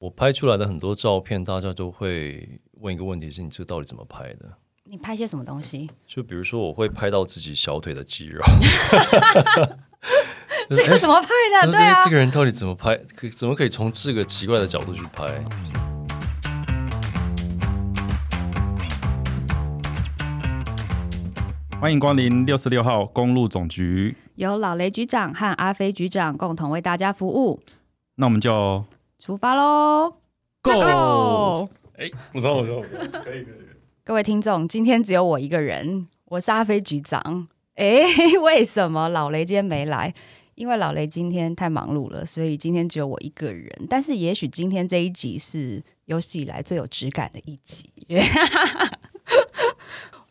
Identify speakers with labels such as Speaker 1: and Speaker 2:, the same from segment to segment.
Speaker 1: 我拍出来的很多照片，大家都会问一个问题：是你这到底怎么拍的？
Speaker 2: 你拍些什么东西？
Speaker 1: 就比如说，我会拍到自己小腿的肌 肉，
Speaker 2: 这个怎么拍的？
Speaker 1: 但是
Speaker 2: 对啊
Speaker 1: 哎这，个人到底怎么拍？可怎么可以从这个奇怪的角度去拍？
Speaker 3: 欢迎光临六十六号公路总局，
Speaker 2: 由老雷局长和阿飞局长共同为大家服务，
Speaker 3: 那我们就
Speaker 2: 出发喽
Speaker 3: Go！
Speaker 1: 我操！我操！
Speaker 2: 各位听众，今天只有我一个人，我是阿飞局长。 哎，为什么老雷今天没来？因为老雷今天太忙碌了，所以今天只有我一个人。但是也许今天这一集是有史以来最有质感的一集。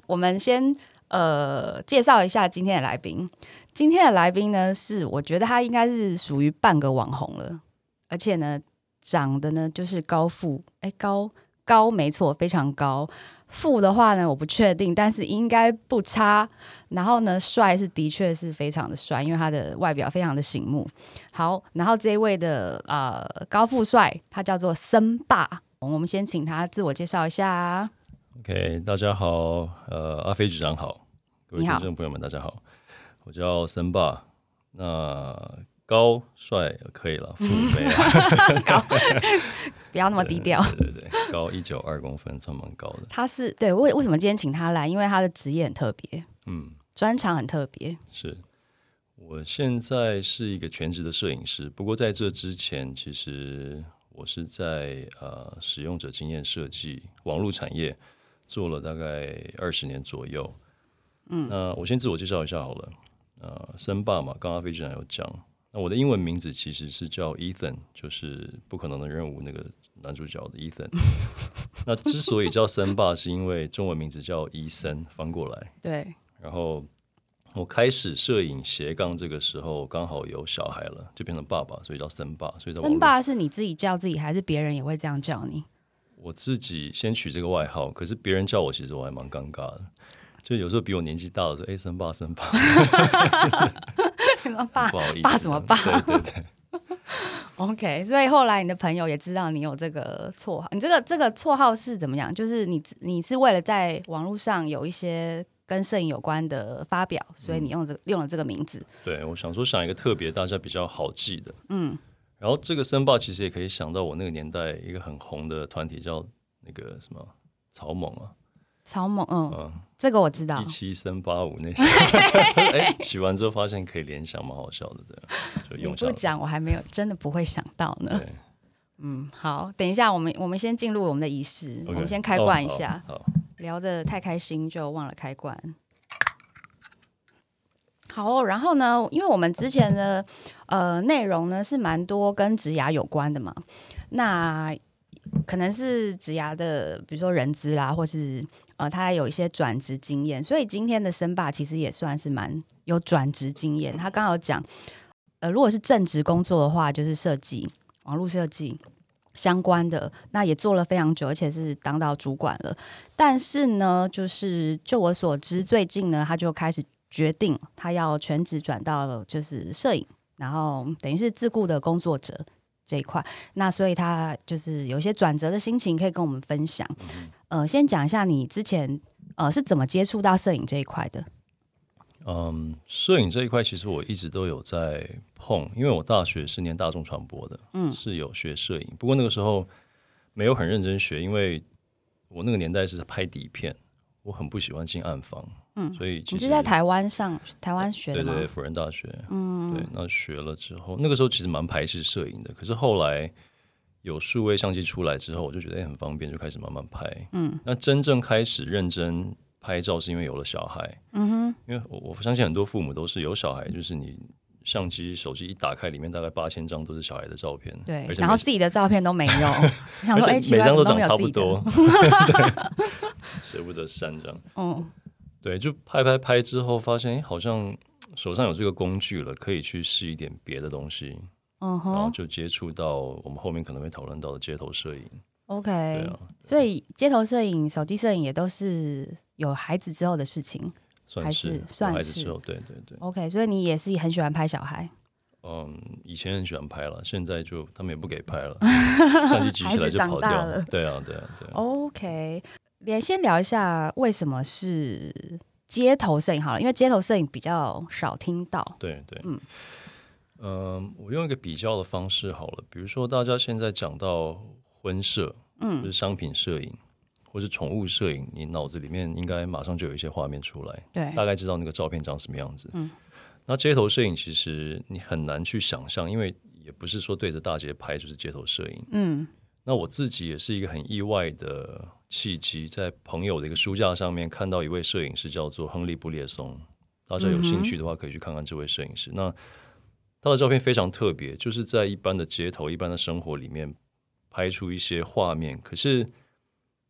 Speaker 2: 我们先呃介绍一下今天的来宾。今天的来宾呢，是我觉得他应该是属于半个网红了，而且呢，长得呢就是高富，哎高高没错，非常高。富的话呢，我不确定，但是应该不差。然后呢，帅是的确是非常的帅，因为他的外表非常的醒目。好，然后这一位的呃高富帅，他叫做森爸。我们先请他自我介绍一下。
Speaker 1: OK，大家好，呃，阿飞局长好，各位
Speaker 2: 你好
Speaker 1: 听众朋友们，大家好，我叫森爸，那高帅可以 了，富美啊，
Speaker 2: 不要那么低调。
Speaker 1: 对对对，高一九二公分，算蛮高的，
Speaker 2: 他是对为为什么今天请他来？因为他的职业很特别，
Speaker 1: 嗯，
Speaker 2: 专长很特别。
Speaker 1: 是。我现在是一个全职的摄影师，不过在这之前，其实我是在呃使用者经验设计网络产业做了大概二十年左右。嗯，那我先自我介绍一下好了。呃，森爸嘛，刚刚飞局长有讲，那我的英文名字其实是叫 Ethan，就是《不可能的任务》那个男主角的 Ethan。那之所以叫森爸，是因为中文名字叫伊森，翻过来。
Speaker 2: 对，
Speaker 1: 然后我开始摄影斜杠这个时候，刚好有小孩了，就变成爸爸，所以叫森爸。所以在网
Speaker 2: 森
Speaker 1: 络，
Speaker 2: 爸是你自己叫自己，还是别人也会这样叫你？
Speaker 1: 我自己先取这个外号，可是别人叫我，其实我还蛮尴尬的。就有时候比我年纪大的说：“哎、森爸，森爸，
Speaker 2: 爸
Speaker 1: 不好意思，啊
Speaker 2: 爸什么爸
Speaker 1: 对对对，
Speaker 2: ，OK。所以后来你的朋友也知道你有这个绰号，你这个这个绰号是怎么样？就是你你是为了在网络上有一些跟摄影有关的发表，所
Speaker 1: 嗯
Speaker 2: 以你用这个、用了这个名字。
Speaker 1: 对我想说想一个特别大家比较好记的。
Speaker 2: 嗯，
Speaker 1: 然后这个森爸其实也可以想到我那个年代一个很红的团体叫那个什么草蜢啊，
Speaker 2: 超猛，嗯，
Speaker 1: 嗯，
Speaker 2: 这个我知道
Speaker 1: 一。七三八五 那些，哎、取完之后发现可以联想，蛮好笑的，对，啊就
Speaker 2: 你
Speaker 1: 用上
Speaker 2: 不
Speaker 1: 了。
Speaker 2: 讲，我还没有真的不会想到呢。
Speaker 1: 对，
Speaker 2: 嗯，好，等一下，我们我们先进入我们的仪式
Speaker 1: OK
Speaker 2: 我们先开罐一下。
Speaker 1: 哦好好
Speaker 2: 聊得太开心就忘了开罐。好、哦，然后呢，因为我们之前的呃内容呢是蛮多跟植牙有关的嘛，那可能是植牙的，比如说人资啦，或是呃他有一些转职经验，所以今天的森爸其实也算是蛮有转职经验。他刚好讲，呃，如果是正职工作的话，就是设计、网络设计相关的，那也做了非常久，而且是当到主管了。但是呢，就是就我所知，最近呢，他就开始决定他要全职转到就是摄影，然后等于是自雇的工作者这一块。那所以他就是有一些转折的心情可以跟我们分享。
Speaker 1: 嗯
Speaker 2: 呃，先讲一下你之前呃是怎么接触到摄影这一块的？
Speaker 1: 嗯，摄影这一块其实我一直都有在碰，因为我大学是念大众传播的，
Speaker 2: 嗯
Speaker 1: 是有学摄影，不过那个时候没有很认真学，因为我那个年代是拍底片，我很不喜欢进暗房，
Speaker 2: 嗯
Speaker 1: 所以其
Speaker 2: 你
Speaker 1: 实
Speaker 2: 是在台湾上台湾学的
Speaker 1: 对
Speaker 2: 吗？
Speaker 1: 对对，辅仁大学，嗯，对，那学了之后，那个时候其实蛮排斥摄影的，可是后来有数位相机出来之后，我就觉得、哎很方便，就开始慢慢拍，嗯，那真正开始认真拍照是因为有了小孩，嗯哼，因为我我相信很多父母都是有小孩，就是你相机手机一打开，里面大概八千张都是小孩的照片，
Speaker 2: 对
Speaker 1: 而且
Speaker 2: 然后
Speaker 1: 每
Speaker 2: 自己的照片都没 有，我想
Speaker 1: 而
Speaker 2: 说
Speaker 1: 且
Speaker 2: 哎，奇
Speaker 1: 每
Speaker 2: 怪，怎
Speaker 1: 张都长
Speaker 2: 么都没有
Speaker 1: 差
Speaker 2: 自
Speaker 1: 不
Speaker 2: 己的，
Speaker 1: 多， 舍不得删这样。
Speaker 2: 嗯，
Speaker 1: 对，就拍拍拍之后，发现哎，诶好像手上有这个工具了，可以去试一点别的东西，
Speaker 2: 嗯
Speaker 1: 然后
Speaker 2: 哼
Speaker 1: 就接触到我们后面可能会讨论到的街头摄影。
Speaker 2: ，OK，
Speaker 1: 对啊，
Speaker 2: 所以街头摄影、手机摄影也都是有孩子之后的事情。
Speaker 1: 算
Speaker 2: 还
Speaker 1: 是
Speaker 2: 是算
Speaker 1: 还
Speaker 2: 是
Speaker 1: 是之后，对对对，
Speaker 2: OK，所以你也是很喜欢拍小孩。
Speaker 1: 嗯，以前很喜欢拍了，现在就他们也不给 拍了，相机举起来就跑
Speaker 2: 孩子长大
Speaker 1: 掉
Speaker 2: 了哦
Speaker 1: 对啊，对啊，对啊。
Speaker 2: OK，连先聊一下为什么是街头摄影好了，因为街头摄影比较少听到。
Speaker 1: 对对，
Speaker 2: 嗯
Speaker 1: 嗯、我用一个比较的方式好了，比如说大家现在讲到婚摄，就
Speaker 2: 嗯
Speaker 1: 是，商品摄影，或是宠物摄影，你脑子里面应该马上就有一些画面出来，
Speaker 2: 对，
Speaker 1: 大概知道那个照片长什么样子。
Speaker 2: 嗯，
Speaker 1: 那街头摄影其实你很难去想象，因为也不是说对着大街拍就是街头摄影。
Speaker 2: 嗯
Speaker 1: 那我自己也是一个很意外的契机，在朋友的一个书架上面看到一位摄影师叫做亨利·布列松，大家有兴趣的话可以去看看这位摄影师。那他的照片非常特别，就是在一般的街头、一般的生活里面拍出一些画面，可是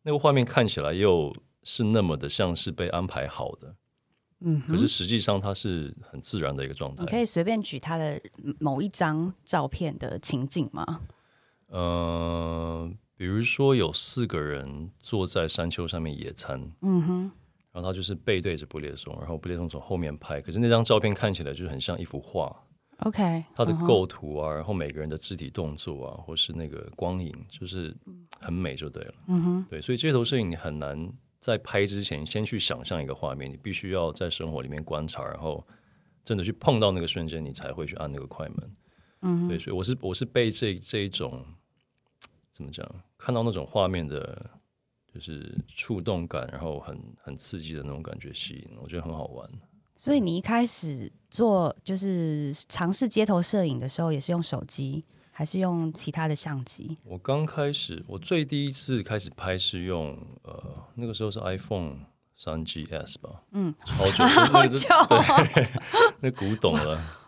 Speaker 1: 那个画面看起来又是那么的像是被安排好的，
Speaker 2: 嗯
Speaker 1: 可
Speaker 2: 哼，
Speaker 1: 是实际上它是很自然的一个状态。
Speaker 2: 你可以随便举他的某一张照片的情景吗？
Speaker 1: 呃，比如说有四个人坐在山丘上面野餐，
Speaker 2: 嗯哼，
Speaker 1: 然后他就是背对着布列松，然后布列松从后面拍，可是那张照片看起来就是很像一幅画，
Speaker 2: OK，
Speaker 1: 它的
Speaker 2: 嗯哼
Speaker 1: 构图啊，然后每个人的肢体动作啊，或是那个光影，就是很美就对了。
Speaker 2: 嗯哼，
Speaker 1: 对，所以街头摄影你很难在拍之前先去想象一个画面，你必须要在生活里面观察，然后真的去碰到那个瞬间，你才会去按那个快门。
Speaker 2: 嗯
Speaker 1: 对，所以我是我是被这这一种怎么讲，看到那种画面的，就是触动感，然后很很刺激的那种感觉吸引，我觉得很好玩。
Speaker 2: 所以你一开始做就是尝试街头摄影的时候，也是用手机，还是用其他的相机？
Speaker 1: 我刚开始，我最第一次开始拍是用呃，那个时候是 iPhone 三 GS 吧，
Speaker 2: 嗯，
Speaker 1: 好久， 好
Speaker 2: 久
Speaker 1: 对，那古董了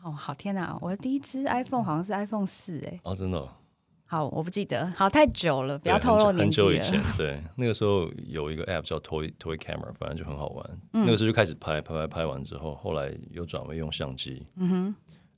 Speaker 2: 哦，好天哪！我的第一支 iPhone 好像是 iPhone 四哎，
Speaker 1: 啊，真的哦、
Speaker 2: 好，我不记得，好太久了，不
Speaker 1: 对
Speaker 2: 要透露
Speaker 1: 很久很
Speaker 2: 年纪
Speaker 1: 久以
Speaker 2: 了。
Speaker 1: 前，对，那个时候有一个 app 叫 Toy Toy Camera，反正就很好玩。
Speaker 2: 嗯
Speaker 1: 那个时候就开始拍，拍拍拍完之后，后来又转为用相机。嗯哼，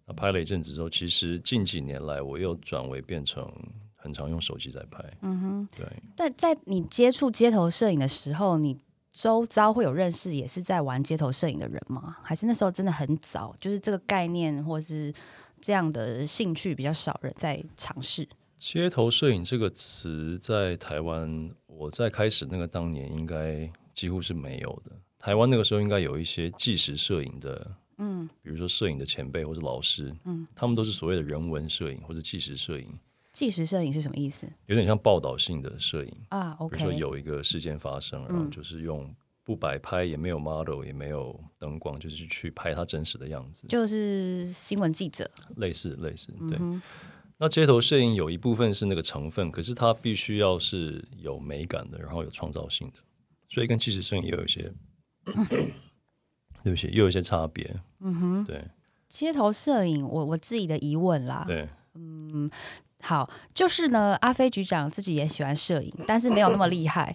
Speaker 1: 那拍了一阵子之后，其实近几年来我又转为变成很常用手机在拍。嗯哼，对，
Speaker 2: 但在你接触街头摄影的时候，你周遭会有认识也是在玩街头摄影的人吗？还是那时候真的很早，就是这个概念或是这样的兴趣比较少人在尝试？
Speaker 1: 街头摄影这个词在台湾，我在开始那个当年应该几乎是没有的。台湾那个时候应该有一些纪实摄影的，嗯，比如说摄影的前辈或者老师，嗯，他们都是所谓的人文摄影或者纪实摄影。
Speaker 2: 纪实摄影是什么意思
Speaker 1: 有点像报道性的摄影，
Speaker 2: 啊
Speaker 1: 比如说
Speaker 2: ？OK，
Speaker 1: 有一个事件发生，然后就是用不摆拍，也没有 model，也没有灯光，就是去拍它真实的样子，
Speaker 2: 就是新闻记者，
Speaker 1: 类似类似。对，
Speaker 2: 嗯哼，
Speaker 1: 那街头摄影有一部分是那个成分，可是它必须要是有美感的，然后有创造性的，所以跟纪实摄影也有一些， 对不起，又有一些差别。嗯哼，对
Speaker 2: 街头摄影，我我自己的疑问啦，
Speaker 1: 对，
Speaker 2: 好，就是呢，阿飞局长自己也喜欢摄影，但是没有那么厉害。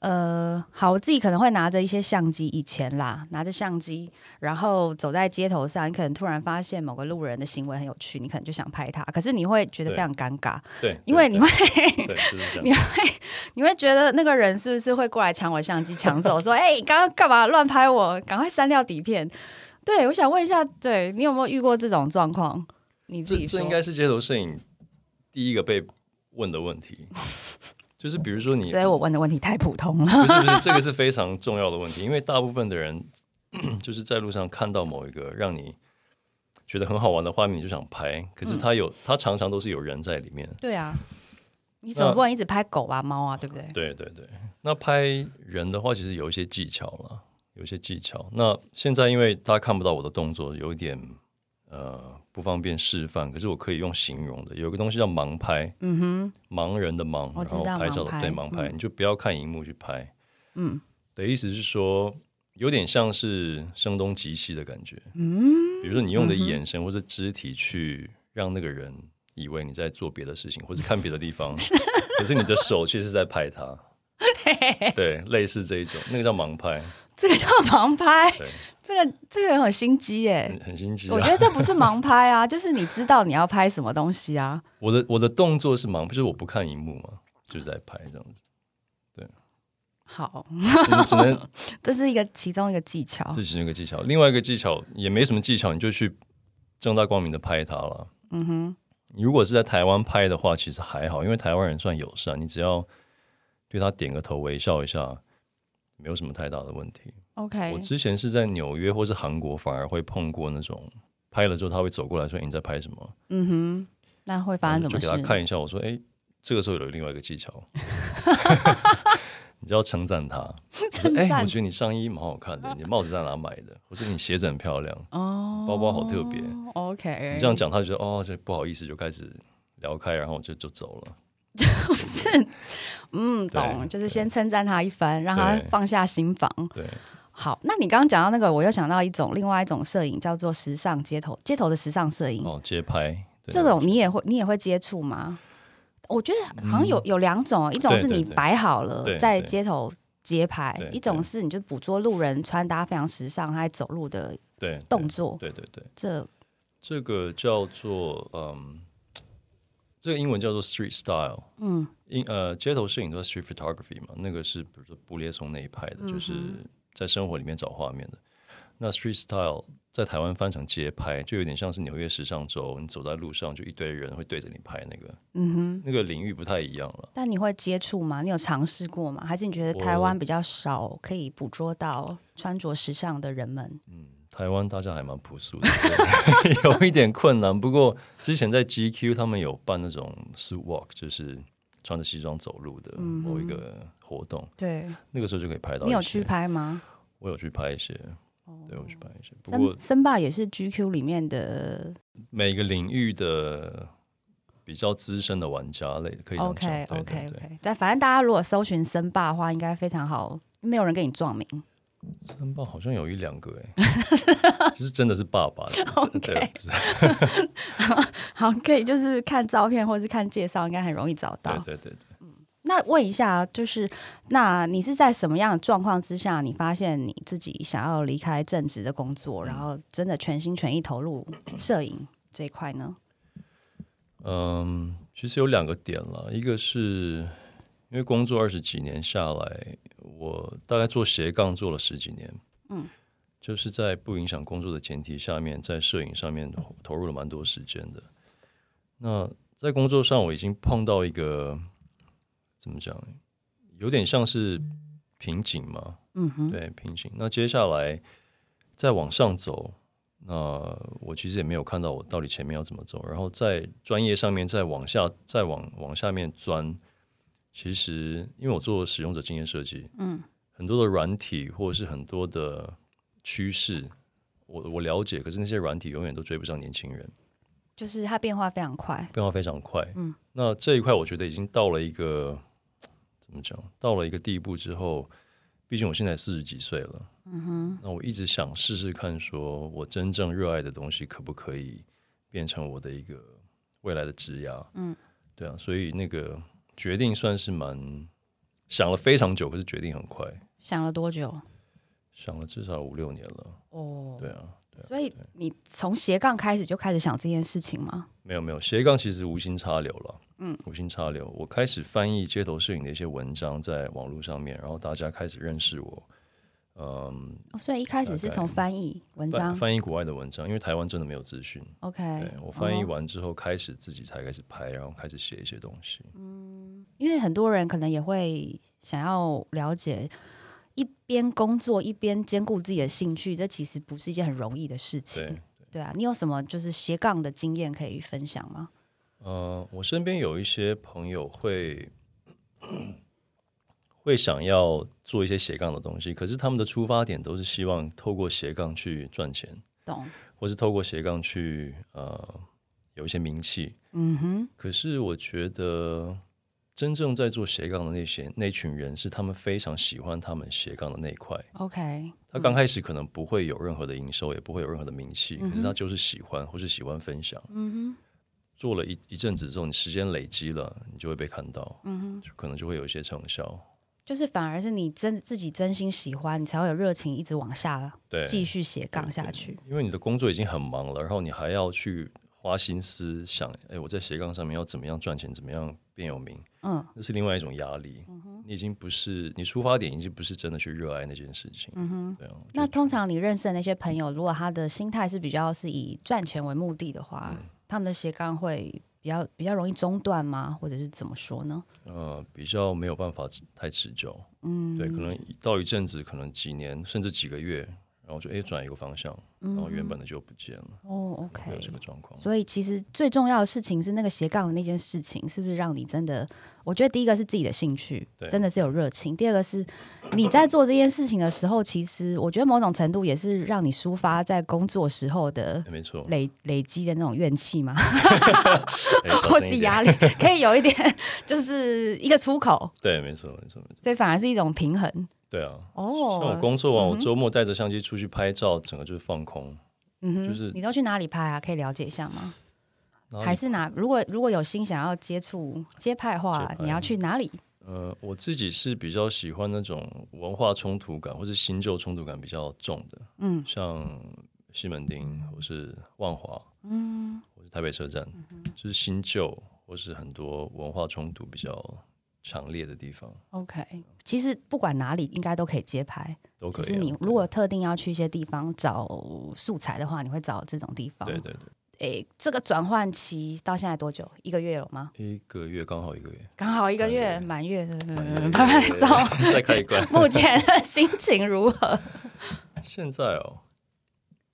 Speaker 2: 呃，好，我自己可能会拿着一些相机，以前啦，拿着相机，然后走在街头上，你可能突然发现某个路人的行为很有趣，你可能就想拍他，可是你会觉得非
Speaker 1: 对
Speaker 2: 常尴尬，
Speaker 1: 对，
Speaker 2: 因为你
Speaker 1: 会
Speaker 2: 会
Speaker 1: 对，对就是这
Speaker 2: 你
Speaker 1: 样。
Speaker 2: 你会觉得那个人是不是会过来抢我相机，抢走，说：“哎、你刚刚干嘛乱拍我？赶快删掉底片。”对，我想问一下，对你有没有遇过这种状况？你自
Speaker 1: 这
Speaker 2: 己
Speaker 1: 这
Speaker 2: 说
Speaker 1: 应该是街头摄影第一个被问的问题，就是比如说你
Speaker 2: 所以我问的问题太普通了。
Speaker 1: 不是不是，这个是非常重要的问题，因为大部分的人 就是在路上看到某一个让你觉得很好玩的画面，你就想拍，可是它有，它常常都是有人在里面。
Speaker 2: 对啊，你总不能一直拍狗啊、猫啊，对不对？
Speaker 1: 对对对，那拍人的话，其实有一些技巧了，有一些技巧。那现在因为大家看不到我的动作，有一点呃不方便示范，可是我可以用形容的，有一个东西叫盲拍，
Speaker 2: 嗯
Speaker 1: 盲人的盲，
Speaker 2: 我
Speaker 1: 然
Speaker 2: 知
Speaker 1: 后
Speaker 2: 道
Speaker 1: 拍照
Speaker 2: 啊盲
Speaker 1: 的
Speaker 2: 拍
Speaker 1: 对盲拍，你就不要看荧幕去拍。
Speaker 2: 哼，嗯
Speaker 1: 的意思是说，有点像是声东击西的感觉。
Speaker 2: 嗯，
Speaker 1: 比如说，你用你的眼神或者肢体去让那个人以为你在做别的事情，或是看别的地 方， 可是你的手却是在拍他。对，类似这一种，那个叫盲拍，
Speaker 2: 这个叫盲拍，
Speaker 1: 对，
Speaker 2: 这个这个人很心机耶
Speaker 1: 很。很心机、
Speaker 2: 我觉
Speaker 1: 啊。
Speaker 2: 得这不是盲拍 啊，就是你知道你要拍什么东西啊。
Speaker 1: 我的我的动作是盲，就是我不看荧幕嘛，就是在拍这样子，
Speaker 2: 好，
Speaker 1: 只能只
Speaker 2: 哦
Speaker 1: 能
Speaker 2: 这是一个其中一个技巧
Speaker 1: 这。只是一个技巧。另外一个技巧也没什么技巧，你就去正大光明的拍它了。
Speaker 2: 嗯哼，
Speaker 1: 如果是在台湾拍的话，其实还好，因为台湾人算友善，你只要对他点个头、微笑一下，没有什么太大的问题。我
Speaker 2: ，OK，
Speaker 1: 之前是在纽约或是韩国，反而会碰过那种拍了之后，他会走过来说：“诶你在拍什么
Speaker 2: 嗯哼，那会？”发生什
Speaker 1: 然后
Speaker 2: 么
Speaker 1: 就给他
Speaker 2: 事？
Speaker 1: 看一下，我说：“哎、这个时候有另外一个技巧，你就要称赞他。我说
Speaker 2: 称
Speaker 1: 哎、
Speaker 2: 赞
Speaker 1: 我觉得你上衣蛮好看的，你帽子在哪买的？我说你鞋子很漂亮。
Speaker 2: 哦，
Speaker 1: 包包好特别
Speaker 2: ，OK，
Speaker 1: 你这样讲，他就觉得哦，这不好意思，就开始聊开，然后就就走了。
Speaker 2: 不是， 嗯，
Speaker 1: 对
Speaker 2: 懂，就是先称赞他一番，让他
Speaker 1: 对
Speaker 2: 放下心防。
Speaker 1: 对，
Speaker 2: 好，那你刚刚讲到那个，我又想到一种另外一种摄影，叫做时尚街头街头的时尚摄影。
Speaker 1: 哦，街拍。对
Speaker 2: 这种你也会你也会接触吗？我觉得好像有、有两种哦，一种
Speaker 1: 嗯对
Speaker 2: 是
Speaker 1: 对
Speaker 2: 你
Speaker 1: 对
Speaker 2: 摆好了
Speaker 1: 对
Speaker 2: 在
Speaker 1: 对
Speaker 2: 街头街拍
Speaker 1: 对，
Speaker 2: 一种
Speaker 1: 对
Speaker 2: 是你就捕捉路人穿搭非常时尚，他在走路的
Speaker 1: 对
Speaker 2: 动作。
Speaker 1: 对对对，
Speaker 2: 这
Speaker 1: 这个叫做嗯，这个英文叫做 street style，
Speaker 2: 嗯
Speaker 1: 英呃街头摄影叫 street photography 嘛，那个是比如说布列松那一派的，
Speaker 2: 嗯
Speaker 1: 就是在生活里面找画面的。那 street style 在台湾翻成街拍，就有点像是纽约时尚周，你走在路上就一堆人会对着你拍那个，
Speaker 2: 嗯哼，
Speaker 1: 那个领域不太一样了。
Speaker 2: 但你会接触吗？你有尝试过吗？还是你觉得台
Speaker 1: 我
Speaker 2: 湾比较少可以捕捉到穿着时尚的人们？
Speaker 1: 台湾大家还蛮朴素的，所以 有一点困难。不过之前在 GQ 他们有办那种 suit walk，就是穿着西装走路的某一个活动，
Speaker 2: 对
Speaker 1: 那个时候就可以拍到。
Speaker 2: 嗯你有去？拍哦吗？
Speaker 1: 我有去拍一些，对，我去拍一些。不过
Speaker 2: 森森爸也是 GQ 里面的
Speaker 1: 每个领域的比较资深的玩家类，可以这样讲。
Speaker 2: OK
Speaker 1: 对
Speaker 2: OK
Speaker 1: 对对
Speaker 2: OK，但反正大家如果搜寻森爸的话，应该非常好，没有人跟你撞名。
Speaker 1: 森爸好像有一两个哎、 其实真的是爸爸。 对，不是
Speaker 2: 好，可以就是看照片或是看介绍，应该很容易找到。
Speaker 1: 对对对对。
Speaker 2: 那问一下，就是那你是在什么样的状况之下，你发现你自己想要离开正职的工作，
Speaker 1: 嗯
Speaker 2: 然后真的全心全意投入 摄影这一块呢？
Speaker 1: 嗯，其实有两个点了，一个是因为工作二十几年下来，我大概做斜杠做了十几年，嗯，就是在不影响工作的前提下面，在摄影上面投投入了蛮多时间的。那在工作上，我已经碰到一个怎么讲，有点像是瓶颈嘛，
Speaker 2: 嗯哼，
Speaker 1: 对瓶颈。那接下来再往上走，那我其实也没有看到我到底前面要怎么走。然后在专业上面再往下，再往往下面钻，其实因为我做使用者经验设计，
Speaker 2: 嗯，
Speaker 1: 很多的软体或者是很多的趋势，我我了解，可是那些软体永远都追不上年轻人，
Speaker 2: 就是它变化非常快。
Speaker 1: 变化非常快。
Speaker 2: 嗯，
Speaker 1: 那这一块我觉得已经到了一个怎么讲，到了一个地步之后，毕竟我现在四十几岁了。
Speaker 2: 嗯哼，
Speaker 1: 那我一直想试试看，说我真正热爱的东西可不可以变成我的一个未来的职涯？
Speaker 2: 嗯，
Speaker 1: 对啊，所以那个决定算是蛮想了非常久，可是决定很快，
Speaker 2: 想了多久？
Speaker 1: 想了至少五六年了。
Speaker 2: 哦，
Speaker 1: 对啊，
Speaker 2: 所以你从斜杠开始就开始想这件事情吗？
Speaker 1: 没有没有，斜杠其实无心插柳了。嗯，无心插柳，我开始翻译街头摄影的一些文章在网络上面，然后大家开始认识我。嗯，
Speaker 2: 哦所以一开始是
Speaker 1: 大概
Speaker 2: 从翻译文
Speaker 1: 翻
Speaker 2: 章
Speaker 1: 翻译国外的文章，因为台湾真的没有资讯。
Speaker 2: ，OK，
Speaker 1: 对我翻译
Speaker 2: 哦
Speaker 1: 完之后，开始自己才开始拍，然后开始写一些东西。
Speaker 2: 因为很多人可能也会想要了解，一边工作一边兼顾自己的兴趣，这其实不是一件很容易的事情。
Speaker 1: 对，
Speaker 2: 对啊，你有什么就是斜杠的经验可以分享吗？
Speaker 1: 呃，我身边有一些朋友会会想要做一些斜杠的东西，可是他们的出发点都是希望透过斜杠去赚钱，
Speaker 2: 懂？
Speaker 1: 或是透过斜杠去呃有一些名气。
Speaker 2: 嗯哼，
Speaker 1: 可是我觉得，真正在做斜杠的那些那群人，是他们非常喜欢他们斜杠的那一块。
Speaker 2: ，OK，
Speaker 1: 他刚开始可能不会有任何的营收，也不会有任何的名气，可是他就是喜欢，或是喜欢分享。
Speaker 2: 嗯
Speaker 1: 做了一一阵子之后，你时间累积了，你就会被看到，
Speaker 2: 哼，嗯哼，
Speaker 1: 就可能就会有一些成效。
Speaker 2: 就是反而是你真自己真心喜欢，你才会有热情一直往下
Speaker 1: 对，
Speaker 2: 继续斜杠下去。
Speaker 1: 因为你的工作已经很忙了，然后你还要去花心思想，哎，我在斜杠上面要怎么样赚钱，怎么样变有名，
Speaker 2: 嗯，
Speaker 1: 那是另外一种压力。你已经不是你出发点已经不是真的去热爱那件事情，
Speaker 2: 嗯哼。
Speaker 1: 对啊。我觉
Speaker 2: 那
Speaker 1: 得
Speaker 2: 通常你认识的那些朋友，如果他的心态是比较是以赚钱为目的的话，
Speaker 1: 嗯
Speaker 2: 他们的斜杠会比较比较容易中断吗？或者是怎么说呢？
Speaker 1: 呃比较没有办法持太持久，
Speaker 2: 嗯，
Speaker 1: 对，可能到一阵子，可能几年甚至几个月，然后就哎转一个方向，然后原本的就不见了，会
Speaker 2: 哦
Speaker 1: 有
Speaker 2: 嗯，OK
Speaker 1: 这。个状况。
Speaker 2: 所以其实最重要的事情是那个斜杠的那件事情，是不是让你真的？我觉得第一个是自己的兴趣
Speaker 1: 对，
Speaker 2: 真的是有热情；第二个是你在做这件事情的时候，其实我觉得某种程度也是让你抒发在工作时候的
Speaker 1: 哎没错，
Speaker 2: 累累积的那种怨气嘛。
Speaker 1: 哎小
Speaker 2: 或
Speaker 1: 声
Speaker 2: 是
Speaker 1: 一点
Speaker 2: 压力，可以有一点，就是一个出口，
Speaker 1: 对，没错，没错，没错，
Speaker 2: 所以反而是一种平衡。
Speaker 1: 对啊。像
Speaker 2: 哦
Speaker 1: 我，工作完，我周末带着相机出去拍照，整个就是放空。
Speaker 2: 嗯哼
Speaker 1: 就是
Speaker 2: 你都去哪里拍啊？可以了解一下吗？
Speaker 1: 然后
Speaker 2: 还是哪？如果如果有心想要接触街派的
Speaker 1: 街
Speaker 2: 话
Speaker 1: 拍，
Speaker 2: 你要去哪里？
Speaker 1: 呃，我自己是比较喜欢那种文化冲突感或是新旧冲突感比较重的，
Speaker 2: 嗯
Speaker 1: 像西门町或是万华，
Speaker 2: 嗯，
Speaker 1: 或是台北车站，就是新旧或是很多文化冲突比较强烈的地方
Speaker 2: OK，其实不管哪里应该都可以街拍，
Speaker 1: 都可
Speaker 2: 只
Speaker 1: 以啊、
Speaker 2: 是你
Speaker 1: 对
Speaker 2: 如果特定要去一些地方找素材的话，你会找这种地方。
Speaker 1: 对对对，
Speaker 2: 诶，这个转换期到现在多久？一个月有吗？
Speaker 1: 一个月刚好一个月，
Speaker 2: 刚好一个月，
Speaker 1: 对
Speaker 2: 满月，
Speaker 1: 满
Speaker 2: 嗯 慢慢
Speaker 1: 月
Speaker 2: 送。
Speaker 1: 再开一罐。
Speaker 2: 目前的心情如何？
Speaker 1: 现在哦，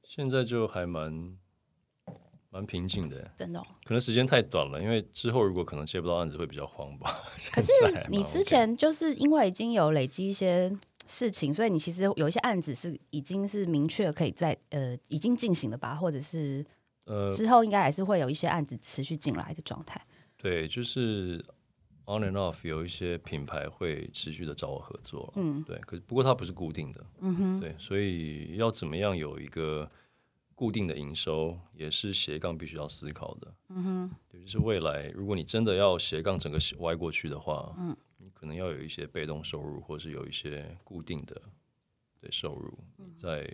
Speaker 1: 现在就还蛮蛮平静的，
Speaker 2: 真的哦、
Speaker 1: 可能时间太短了，因为之后如果可能接不到案子会比较慌吧。
Speaker 2: 可是
Speaker 1: 现在还蛮
Speaker 2: 你
Speaker 1: OK
Speaker 2: 之前就是因为已经有累积一些事情，所以你其实有一些案子是已经是明确可以在呃已经进行的吧，或者是
Speaker 1: 呃，
Speaker 2: 之后应该还是会有一些案子持续进来的状态。
Speaker 1: 对，就是 on and off 有一些品牌会持续的找我合作，
Speaker 2: 嗯
Speaker 1: 对，可是不过它不是固定的，
Speaker 2: 嗯哼，
Speaker 1: 对，所以要怎么样有一个固定的营收，也是斜杠必须要思考的。嗯哼，就是未来如果你真的要斜杠整个歪过去的话，嗯，你可能要有一些被动收入，或是有一些固定的对收入，你再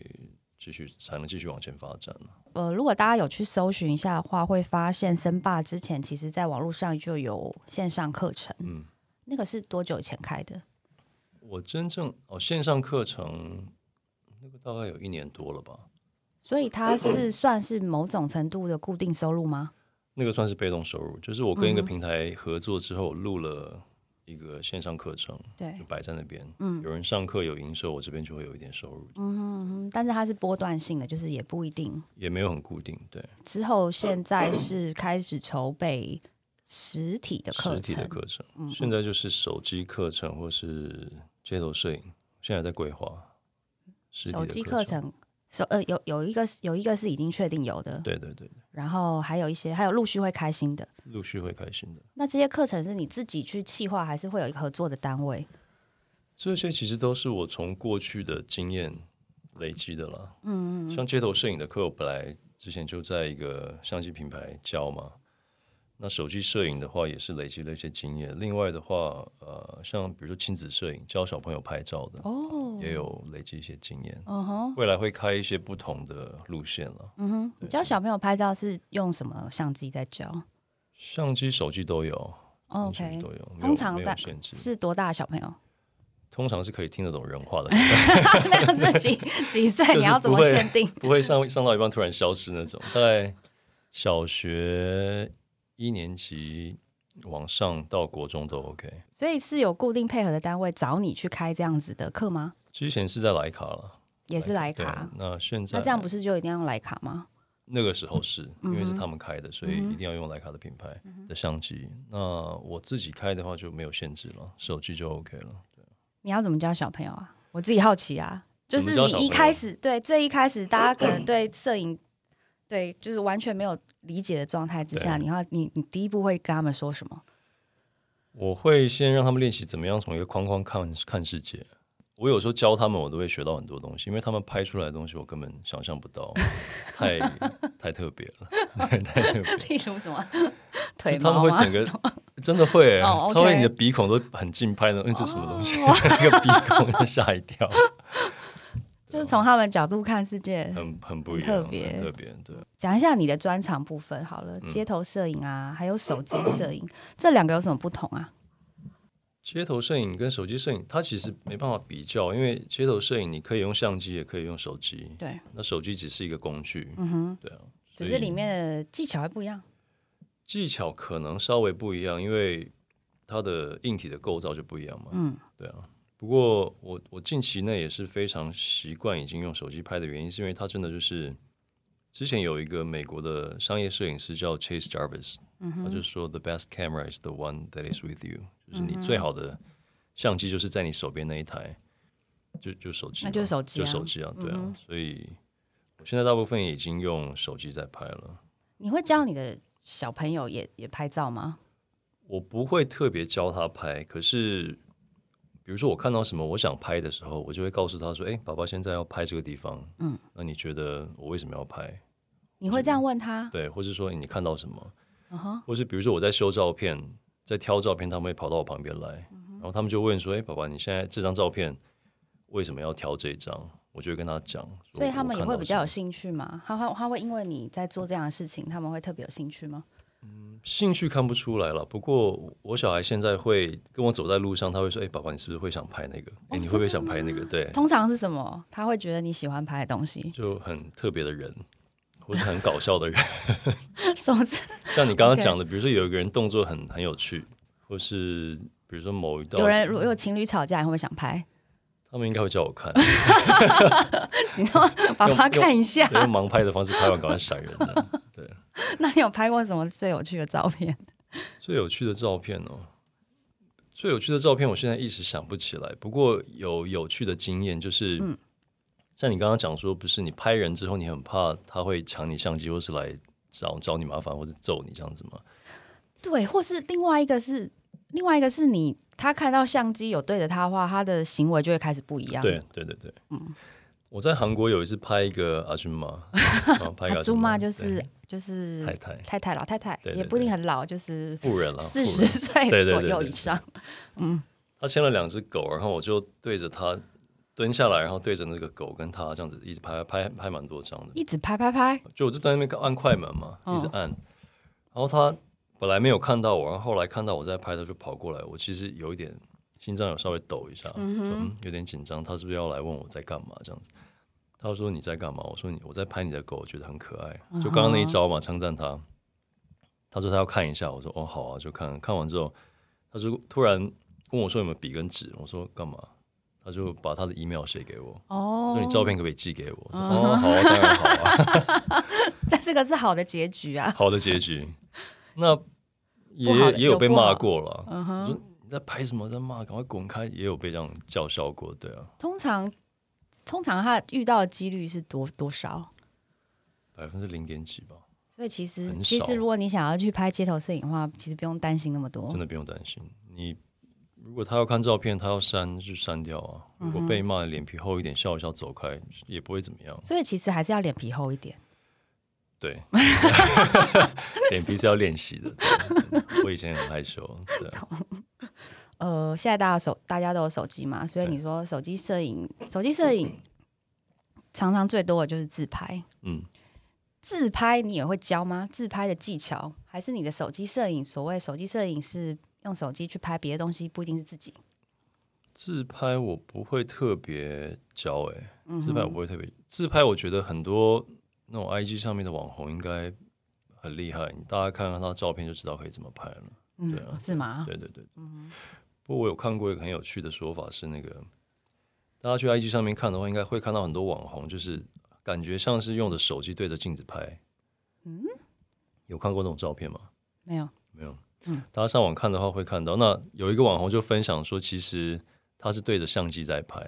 Speaker 1: 继续才能继续往前发展嘛
Speaker 2: 呃，如果大家有去搜寻一下的话，会发现森爸之前其实在网络上就有线上课程，
Speaker 1: 嗯，
Speaker 2: 那个是多久以前开的？
Speaker 1: 我真正哦线上课程那个大概有一年多了吧，
Speaker 2: 所以 它是算是某种程度的固定收入吗？
Speaker 1: 那个算是被动收入，就是我跟一个
Speaker 2: 嗯哼
Speaker 1: 平台合作之后，录了一个线上课程，
Speaker 2: 对
Speaker 1: 就，摆在那边。
Speaker 2: 嗯
Speaker 1: 有人上课有营收，我这边就会有一点收入，
Speaker 2: 嗯哼嗯哼，但是它是波段性的，就是也不一定
Speaker 1: 也没有很固定。对，
Speaker 2: 之后现在是开始筹备实体的课
Speaker 1: 实体
Speaker 2: 程，
Speaker 1: 的课程，
Speaker 2: 嗯
Speaker 1: 现在就是手机课程或是街头摄影，现在在规划。实体
Speaker 2: 手
Speaker 1: 的
Speaker 2: 机课，程。手呃有有一个有一个是已经确定有的，
Speaker 1: 对对对，
Speaker 2: 然后还有一些还有陆续会开新的。
Speaker 1: 陆续会开心的。
Speaker 2: 那这些课程是你自己去企划，还是会有一个合作的单位？
Speaker 1: 这些其实都是我从过去的经验累积的啦。
Speaker 2: 嗯嗯嗯
Speaker 1: 像街头摄影的课，我本来之前就在一个相机品牌教嘛。那手机摄影的话，也是累积了一些经验。另外的话，呃，像比如说亲子摄影，教小朋友拍照的，
Speaker 2: 哦，
Speaker 1: 也有累积一些经验。
Speaker 2: 嗯哼
Speaker 1: 未来会开一些不同的路线了，
Speaker 2: 嗯哼，你教小朋友拍照是用什么相机在教
Speaker 1: 相机、手机都有
Speaker 2: 哦
Speaker 1: 手机
Speaker 2: ？OK，
Speaker 1: 都有，没有
Speaker 2: 通常
Speaker 1: 没
Speaker 2: 大
Speaker 1: 有限制，
Speaker 2: 是多大的小朋友？
Speaker 1: 通常是可以听得懂人话的，
Speaker 2: 那个是几 几岁？
Speaker 1: 就是
Speaker 2: 你要怎么
Speaker 1: 不会
Speaker 2: 限定？
Speaker 1: 不会上上到一半突然消失那种。大概小学一年级往上到国中都 OK。
Speaker 2: 所以是有固定配合的单位找你去开这样子的课吗？
Speaker 1: 之前是在莱卡了，
Speaker 2: 也是莱卡
Speaker 1: 对。啊那现在
Speaker 2: 那这样不是就一定要用莱卡吗？
Speaker 1: 那个时候是因为是
Speaker 2: 嗯哼嗯
Speaker 1: 他们开的，所以一定要用莱卡的品牌的相机。那我自己开的话就没有限制了，手机就 OK 了。
Speaker 2: 你要怎么教小朋友啊？我自己好奇啊，就
Speaker 1: 怎
Speaker 2: 是
Speaker 1: 么教小朋友
Speaker 2: 你一开始对最一开始，大家可能对摄影对就是完全没有理解的状态之下，
Speaker 1: 对啊
Speaker 2: 你要你你第一步会跟他们说什 么？
Speaker 1: 我会先让他们练习怎么样从一个框框看看世界。我有时候教他们，我都会学到很多东西，因为他们拍出来的东西我根本想象不 到，太太特别了， 对太特别了。
Speaker 2: 例如 什么
Speaker 1: 就
Speaker 2: 腿
Speaker 1: 他们
Speaker 2: 毛
Speaker 1: 会
Speaker 2: 吗？
Speaker 1: 整个真的会欸，
Speaker 2: 哦
Speaker 1: 他会
Speaker 2: OK 哦
Speaker 1: 你的鼻孔都很近拍的，嗯，这什么东西？ 那个鼻孔就吓一跳。
Speaker 2: 就是从他们角度看世界。
Speaker 1: 很很不
Speaker 2: 很
Speaker 1: 一
Speaker 2: 特
Speaker 1: 样，很
Speaker 2: 别
Speaker 1: 特别，对。
Speaker 2: 讲一下你的专长部分
Speaker 1: 嗯
Speaker 2: 好了，街头摄影啊，还有手机摄影，这两个有什么不同啊？
Speaker 1: 街头摄影跟手机摄影，它其实没办法比较，因为街头摄影你可以用相机，也可以用手机，
Speaker 2: 对，
Speaker 1: 那手机只是一个工具，
Speaker 2: 嗯哼，
Speaker 1: 对啊，
Speaker 2: 只
Speaker 1: 所
Speaker 2: 是
Speaker 1: 以
Speaker 2: 里面的技巧还不一样。
Speaker 1: 技巧可能稍微不一样，因为它的硬体的构造就不一样嘛，
Speaker 2: 嗯
Speaker 1: 对啊。不过我我近期呢也是非常习惯已经用手机拍的原因，是因为它真的就是之前有一个美国的商业摄影师叫 Chase Jarvis，、
Speaker 2: 嗯
Speaker 1: 他就
Speaker 2: 哼，
Speaker 1: 说 The best camera is the one that is with you，就是
Speaker 2: 嗯
Speaker 1: 你
Speaker 2: 哼
Speaker 1: 最好的相机就是在你手边那一台，就就手机嘛，
Speaker 2: 那就是手机啊
Speaker 1: 就手机啊，对啊。
Speaker 2: 嗯哼
Speaker 1: 所以我现在大部分已经用手机在拍了。
Speaker 2: 你会教你的小朋友也也拍照吗？
Speaker 1: 我不会特别教他拍，可是比如说我看到什么我想拍的时候，我就会告诉他说：“哎、爸爸现在要拍这个地方，
Speaker 2: 嗯，
Speaker 1: 那你觉得我为什么要拍？
Speaker 2: 你会这样问他？
Speaker 1: 对，或是说、诶你看到什么，
Speaker 2: 嗯哼，
Speaker 1: 或是比如说我在修照片，在挑照片，他们会跑到我旁边来，
Speaker 2: 嗯
Speaker 1: 然后他们就问说：‘哎、爸爸，你现在这张照片为什么要挑这张？’我就会跟他讲，
Speaker 2: 所以他们也会比较有
Speaker 1: 有
Speaker 2: 兴趣吗？他会他会因为你在做这样的事情，他们会特别有兴趣吗？
Speaker 1: 兴趣看不出来了。不过我小孩现在会跟我走在路上，他会说：‘哎、爸爸，你是不是会想拍那个？哎、你会不会想拍那个？’对，
Speaker 2: 通常是什么？他会觉得你喜欢拍的东西，
Speaker 1: 就很特别的人，或是很搞笑的人，
Speaker 2: 什么之
Speaker 1: 像你刚刚
Speaker 2: OK
Speaker 1: 讲的，比如说有一个人动作很很有趣，或是比如说某一道，
Speaker 2: 有人如果有情侣吵架，你会不会想拍？
Speaker 1: 他们应该会叫我看，
Speaker 2: 你说 爸爸看一下。
Speaker 1: 对用盲拍的方式拍完，赶快闪人的。
Speaker 2: 那你有拍过什么最有趣的照片？
Speaker 1: 最有趣的照片哦，最有趣的照片，我现在一时想不起来。不过有有趣的经验就是，
Speaker 2: 嗯
Speaker 1: 像你刚刚讲说，不是你拍人之后，你很怕他会抢你相机，或是来找找你麻烦，或是揍你这样子吗？
Speaker 2: 对，或是另外一个是另外一个是你他看到相机有对着他的话，他的行为就会开始不一样。嗯
Speaker 1: 对对对对，我在韩国有一次拍一个阿君妈， 啊拍一个
Speaker 2: 阿
Speaker 1: 阿
Speaker 2: 朱
Speaker 1: 君
Speaker 2: 妈
Speaker 1: 妈
Speaker 2: 就是
Speaker 1: 对
Speaker 2: 就是
Speaker 1: 太太
Speaker 2: 太太老太太，
Speaker 1: 对对
Speaker 2: 也不一定很老，就是
Speaker 1: 富人了，
Speaker 2: 四
Speaker 1: 富
Speaker 2: 十
Speaker 1: 人
Speaker 2: 岁
Speaker 1: 对对对
Speaker 2: 左右
Speaker 1: 对
Speaker 2: 以上。
Speaker 1: 他牵了两只狗，然后我就对着他蹲下来，然后对着那个狗跟他这样子一直拍拍拍蛮多张的，
Speaker 2: 一直拍 拍拍，
Speaker 1: 就我就在那边按快门嘛，
Speaker 2: 嗯
Speaker 1: 一直按，然后他本来没有看到我，然后后来看到我在拍，他就跑过来，我其实有一点心脏有稍微抖一下，
Speaker 2: 嗯
Speaker 1: 说
Speaker 2: 哼
Speaker 1: 嗯有点紧张，他是不是要来问我在干嘛这样子？他说你在干嘛？我说你我在拍你的狗，我觉得很可爱，
Speaker 2: 啊
Speaker 1: 就刚刚那一招嘛，称赞他。他说他要看一下，我说哦好啊，就看看完之后，他就突然问我说有没有笔跟纸，我说干嘛？他就把他的 email 写给我，
Speaker 2: 哦
Speaker 1: 说你照片可不可以寄给我？我说哦好啊，当然好 啊。
Speaker 2: 但这个是好的结局啊。
Speaker 1: 好的结局。 那也
Speaker 2: 不好的
Speaker 1: 也有被
Speaker 2: 有不好
Speaker 1: 骂过了，
Speaker 2: 嗯
Speaker 1: 我
Speaker 2: 哼，
Speaker 1: 说你在拍什么，在骂，赶快滚开，也有被这样叫嚣过，对啊，
Speaker 2: 通常通常他遇到的几率是多多少？
Speaker 1: 百分之零点几吧，
Speaker 2: 所以其实
Speaker 1: 很
Speaker 2: 其实
Speaker 1: 少
Speaker 2: 如果你想要去拍街头摄影的话，其实不用担心那么多
Speaker 1: 真。的不用担心。你如果他要看照片，他要删就删掉啊。
Speaker 2: 嗯
Speaker 1: 如果被骂，脸皮厚一点，笑一笑走开，也不会怎么样。
Speaker 2: 所以其实还是要脸皮厚一点。
Speaker 1: 对， 脸皮是要练习的。对我以前很害羞，对 啊，
Speaker 2: 呃，现在大家手大家都有手机嘛，所以
Speaker 1: 对
Speaker 2: 你说手机摄影，手机摄影常常最多的就是自拍。
Speaker 1: 嗯，
Speaker 2: 自拍你也会教吗？自拍的技巧，还是你的手机摄影？所谓手机摄影是用手机去拍别的东西，不一定是自己。
Speaker 1: 自拍我不会特别教、欸，
Speaker 2: 嗯哼
Speaker 1: 自拍我不会特别，自拍我觉得很多那种 IG 上面的网红应该很厉害，你大家看看他的照片就知道可以怎么拍了。
Speaker 2: 嗯
Speaker 1: 对啊
Speaker 2: 是吗？
Speaker 1: 对对对，
Speaker 2: 嗯
Speaker 1: 不过我有看过一个很有趣的说法是，那个大家去 IG 上面看的话，应该会看到很多网红，就是感觉像是用着手机对着镜子拍。
Speaker 2: 嗯，
Speaker 1: 有看过那种照片吗？
Speaker 2: 没有，
Speaker 1: 没有。
Speaker 2: 嗯
Speaker 1: 大家上网看的话会看到，那有一个网红就分享说，其实他是对着相机在拍，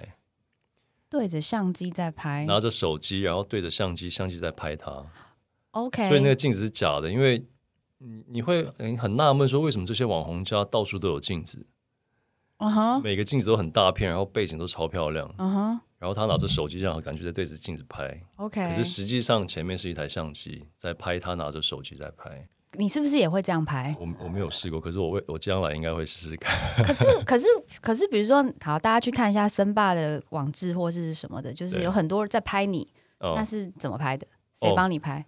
Speaker 2: 对着相机在拍。
Speaker 1: 拿着手机，然后对着相机，相机在拍他。
Speaker 2: OK，
Speaker 1: 所以那个镜子是假的，因为你你会嗯很纳闷说，为什么这些网红家到处都有镜子，
Speaker 2: 嗯哼，
Speaker 1: 每个镜子都很大片，然后背景都超漂亮，
Speaker 2: 嗯哼
Speaker 1: 然后他拿着手机这样感觉在对着镜子拍，
Speaker 2: ，OK。
Speaker 1: 可是实际上前面是一台相机在拍，他拿着手机在拍。
Speaker 2: 你是不是也会这 样拍？
Speaker 1: 我我没有试过，可是我会我将来应该会试试看。
Speaker 2: 可是，可是，可是，比如说，好，大家去看一下森爸的网志或是什么的，就是
Speaker 1: 对
Speaker 2: 有很多人在拍你，那
Speaker 1: 嗯，
Speaker 2: 是怎么拍的？谁
Speaker 1: 哦
Speaker 2: 帮你拍？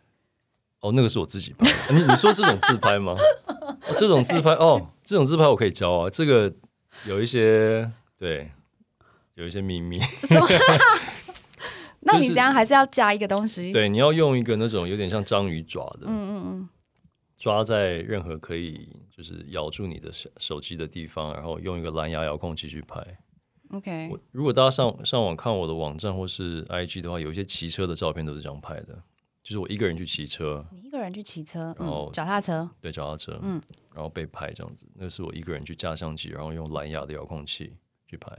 Speaker 1: 哦，那个是我自己拍 的。你你说这种自拍吗？哦这种自拍哦，这种自拍我可以教啊。这个有一些对，有一些秘密。
Speaker 2: 什么？那
Speaker 1: 就是
Speaker 2: 你这样还是要加一个东西？，
Speaker 1: 对，你要用一个那种有点像章鱼爪的，
Speaker 2: 嗯嗯
Speaker 1: 抓在任何可以就是咬住你的手手机的地方，然后用一个蓝牙遥控器去拍。
Speaker 2: 嗯，OK，
Speaker 1: 我如果大家上上网看我的网站或是 IG 的话，有一些骑车的照片都是这样拍的，就是我一个人去骑车，
Speaker 2: 你一个人去骑车，
Speaker 1: 然后
Speaker 2: 嗯，脚踏车，
Speaker 1: 对脚踏车，
Speaker 2: 嗯
Speaker 1: 然后被拍这样子。那是我一个人去架相机，然后用蓝牙的遥控器去拍。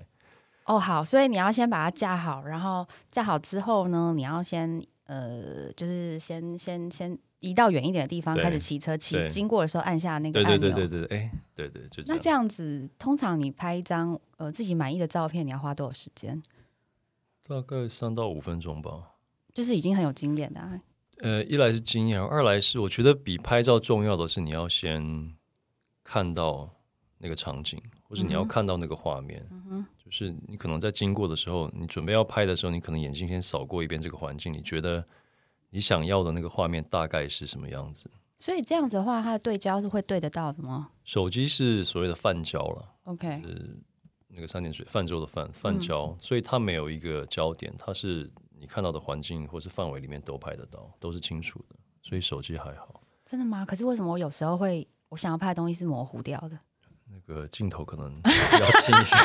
Speaker 2: 哦，好，所以你要先把它架好，然后架好之后呢，你要先呃，就是先先先移到远一点的地方
Speaker 1: 对
Speaker 2: 开始骑车，骑
Speaker 1: 对
Speaker 2: 经过的时候按下那个
Speaker 1: 对
Speaker 2: 按
Speaker 1: 对
Speaker 2: 钮。
Speaker 1: 对对对，对哎，对对，就这
Speaker 2: 那
Speaker 1: 样。
Speaker 2: 这样子，通常你拍一张呃自己满意的照片，你要花多少时间？
Speaker 1: 大概三到五分钟吧。
Speaker 2: 就是已经很有经验的、啊，
Speaker 1: 呃，一来是经验，二来是我觉得比拍照重要的是你要先看到那个场景，或是你要
Speaker 2: 嗯哼
Speaker 1: 看到那个画面。
Speaker 2: 嗯哼，
Speaker 1: 就是你可能在经过的时候，你准备要拍的时候，你可能眼睛先扫过一遍这个环境，你觉得你想要的那个画面大概是什么样子？
Speaker 2: 所以这样子的话，它的对焦是会对得到的吗
Speaker 1: 手机是所谓的泛焦了，
Speaker 2: ？OK，
Speaker 1: 那个三点水泛舟的泛
Speaker 2: 嗯
Speaker 1: 泛焦，所以它没有一个焦点，它是你看到的环境或是范围里面都拍得到，都是清楚的，所以手机还好。
Speaker 2: 真的吗？可是为什么我有时候会我想要拍的东西是模糊掉的？
Speaker 1: 那个镜头可能要清一 下，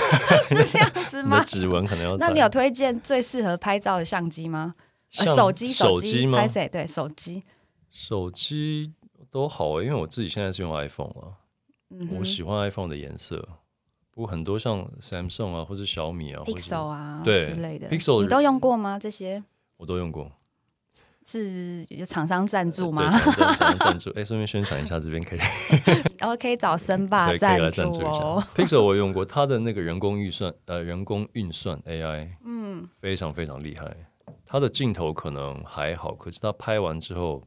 Speaker 2: 是 这样子
Speaker 1: 你的
Speaker 2: 吗？
Speaker 1: 指纹可能要
Speaker 2: 那
Speaker 1: 在
Speaker 2: 你有推荐最适合拍照的相机吗？呃
Speaker 1: 像
Speaker 2: 手机
Speaker 1: 手
Speaker 2: 机
Speaker 1: 吗
Speaker 2: 拍？谁？对手机，
Speaker 1: 手机都好、欸，因为我自己现在是用 iPhone 啊，
Speaker 2: 嗯
Speaker 1: 我
Speaker 2: 哼
Speaker 1: 喜欢 iPhone 的颜色，不过很多像 Samsung 啊，或者小米啊，或是
Speaker 2: ，Pixel 啊
Speaker 1: 对
Speaker 2: 之类的
Speaker 1: Pixel
Speaker 2: 你都用过吗？这些
Speaker 1: 我都用过。
Speaker 2: 是有厂商赞助吗
Speaker 1: 对，赞助赞助， 哎，顺便宣传一下，这边可以，
Speaker 2: 然哦后可以找森爸
Speaker 1: 对，可以来赞
Speaker 2: 助
Speaker 1: 助一
Speaker 2: 哦
Speaker 1: 下。。Pixel 我用过，它的那个人工预算，呃，人工运算 AI
Speaker 2: 嗯，
Speaker 1: 非常非常厉害。它的镜头可能还好，可是它拍完之后，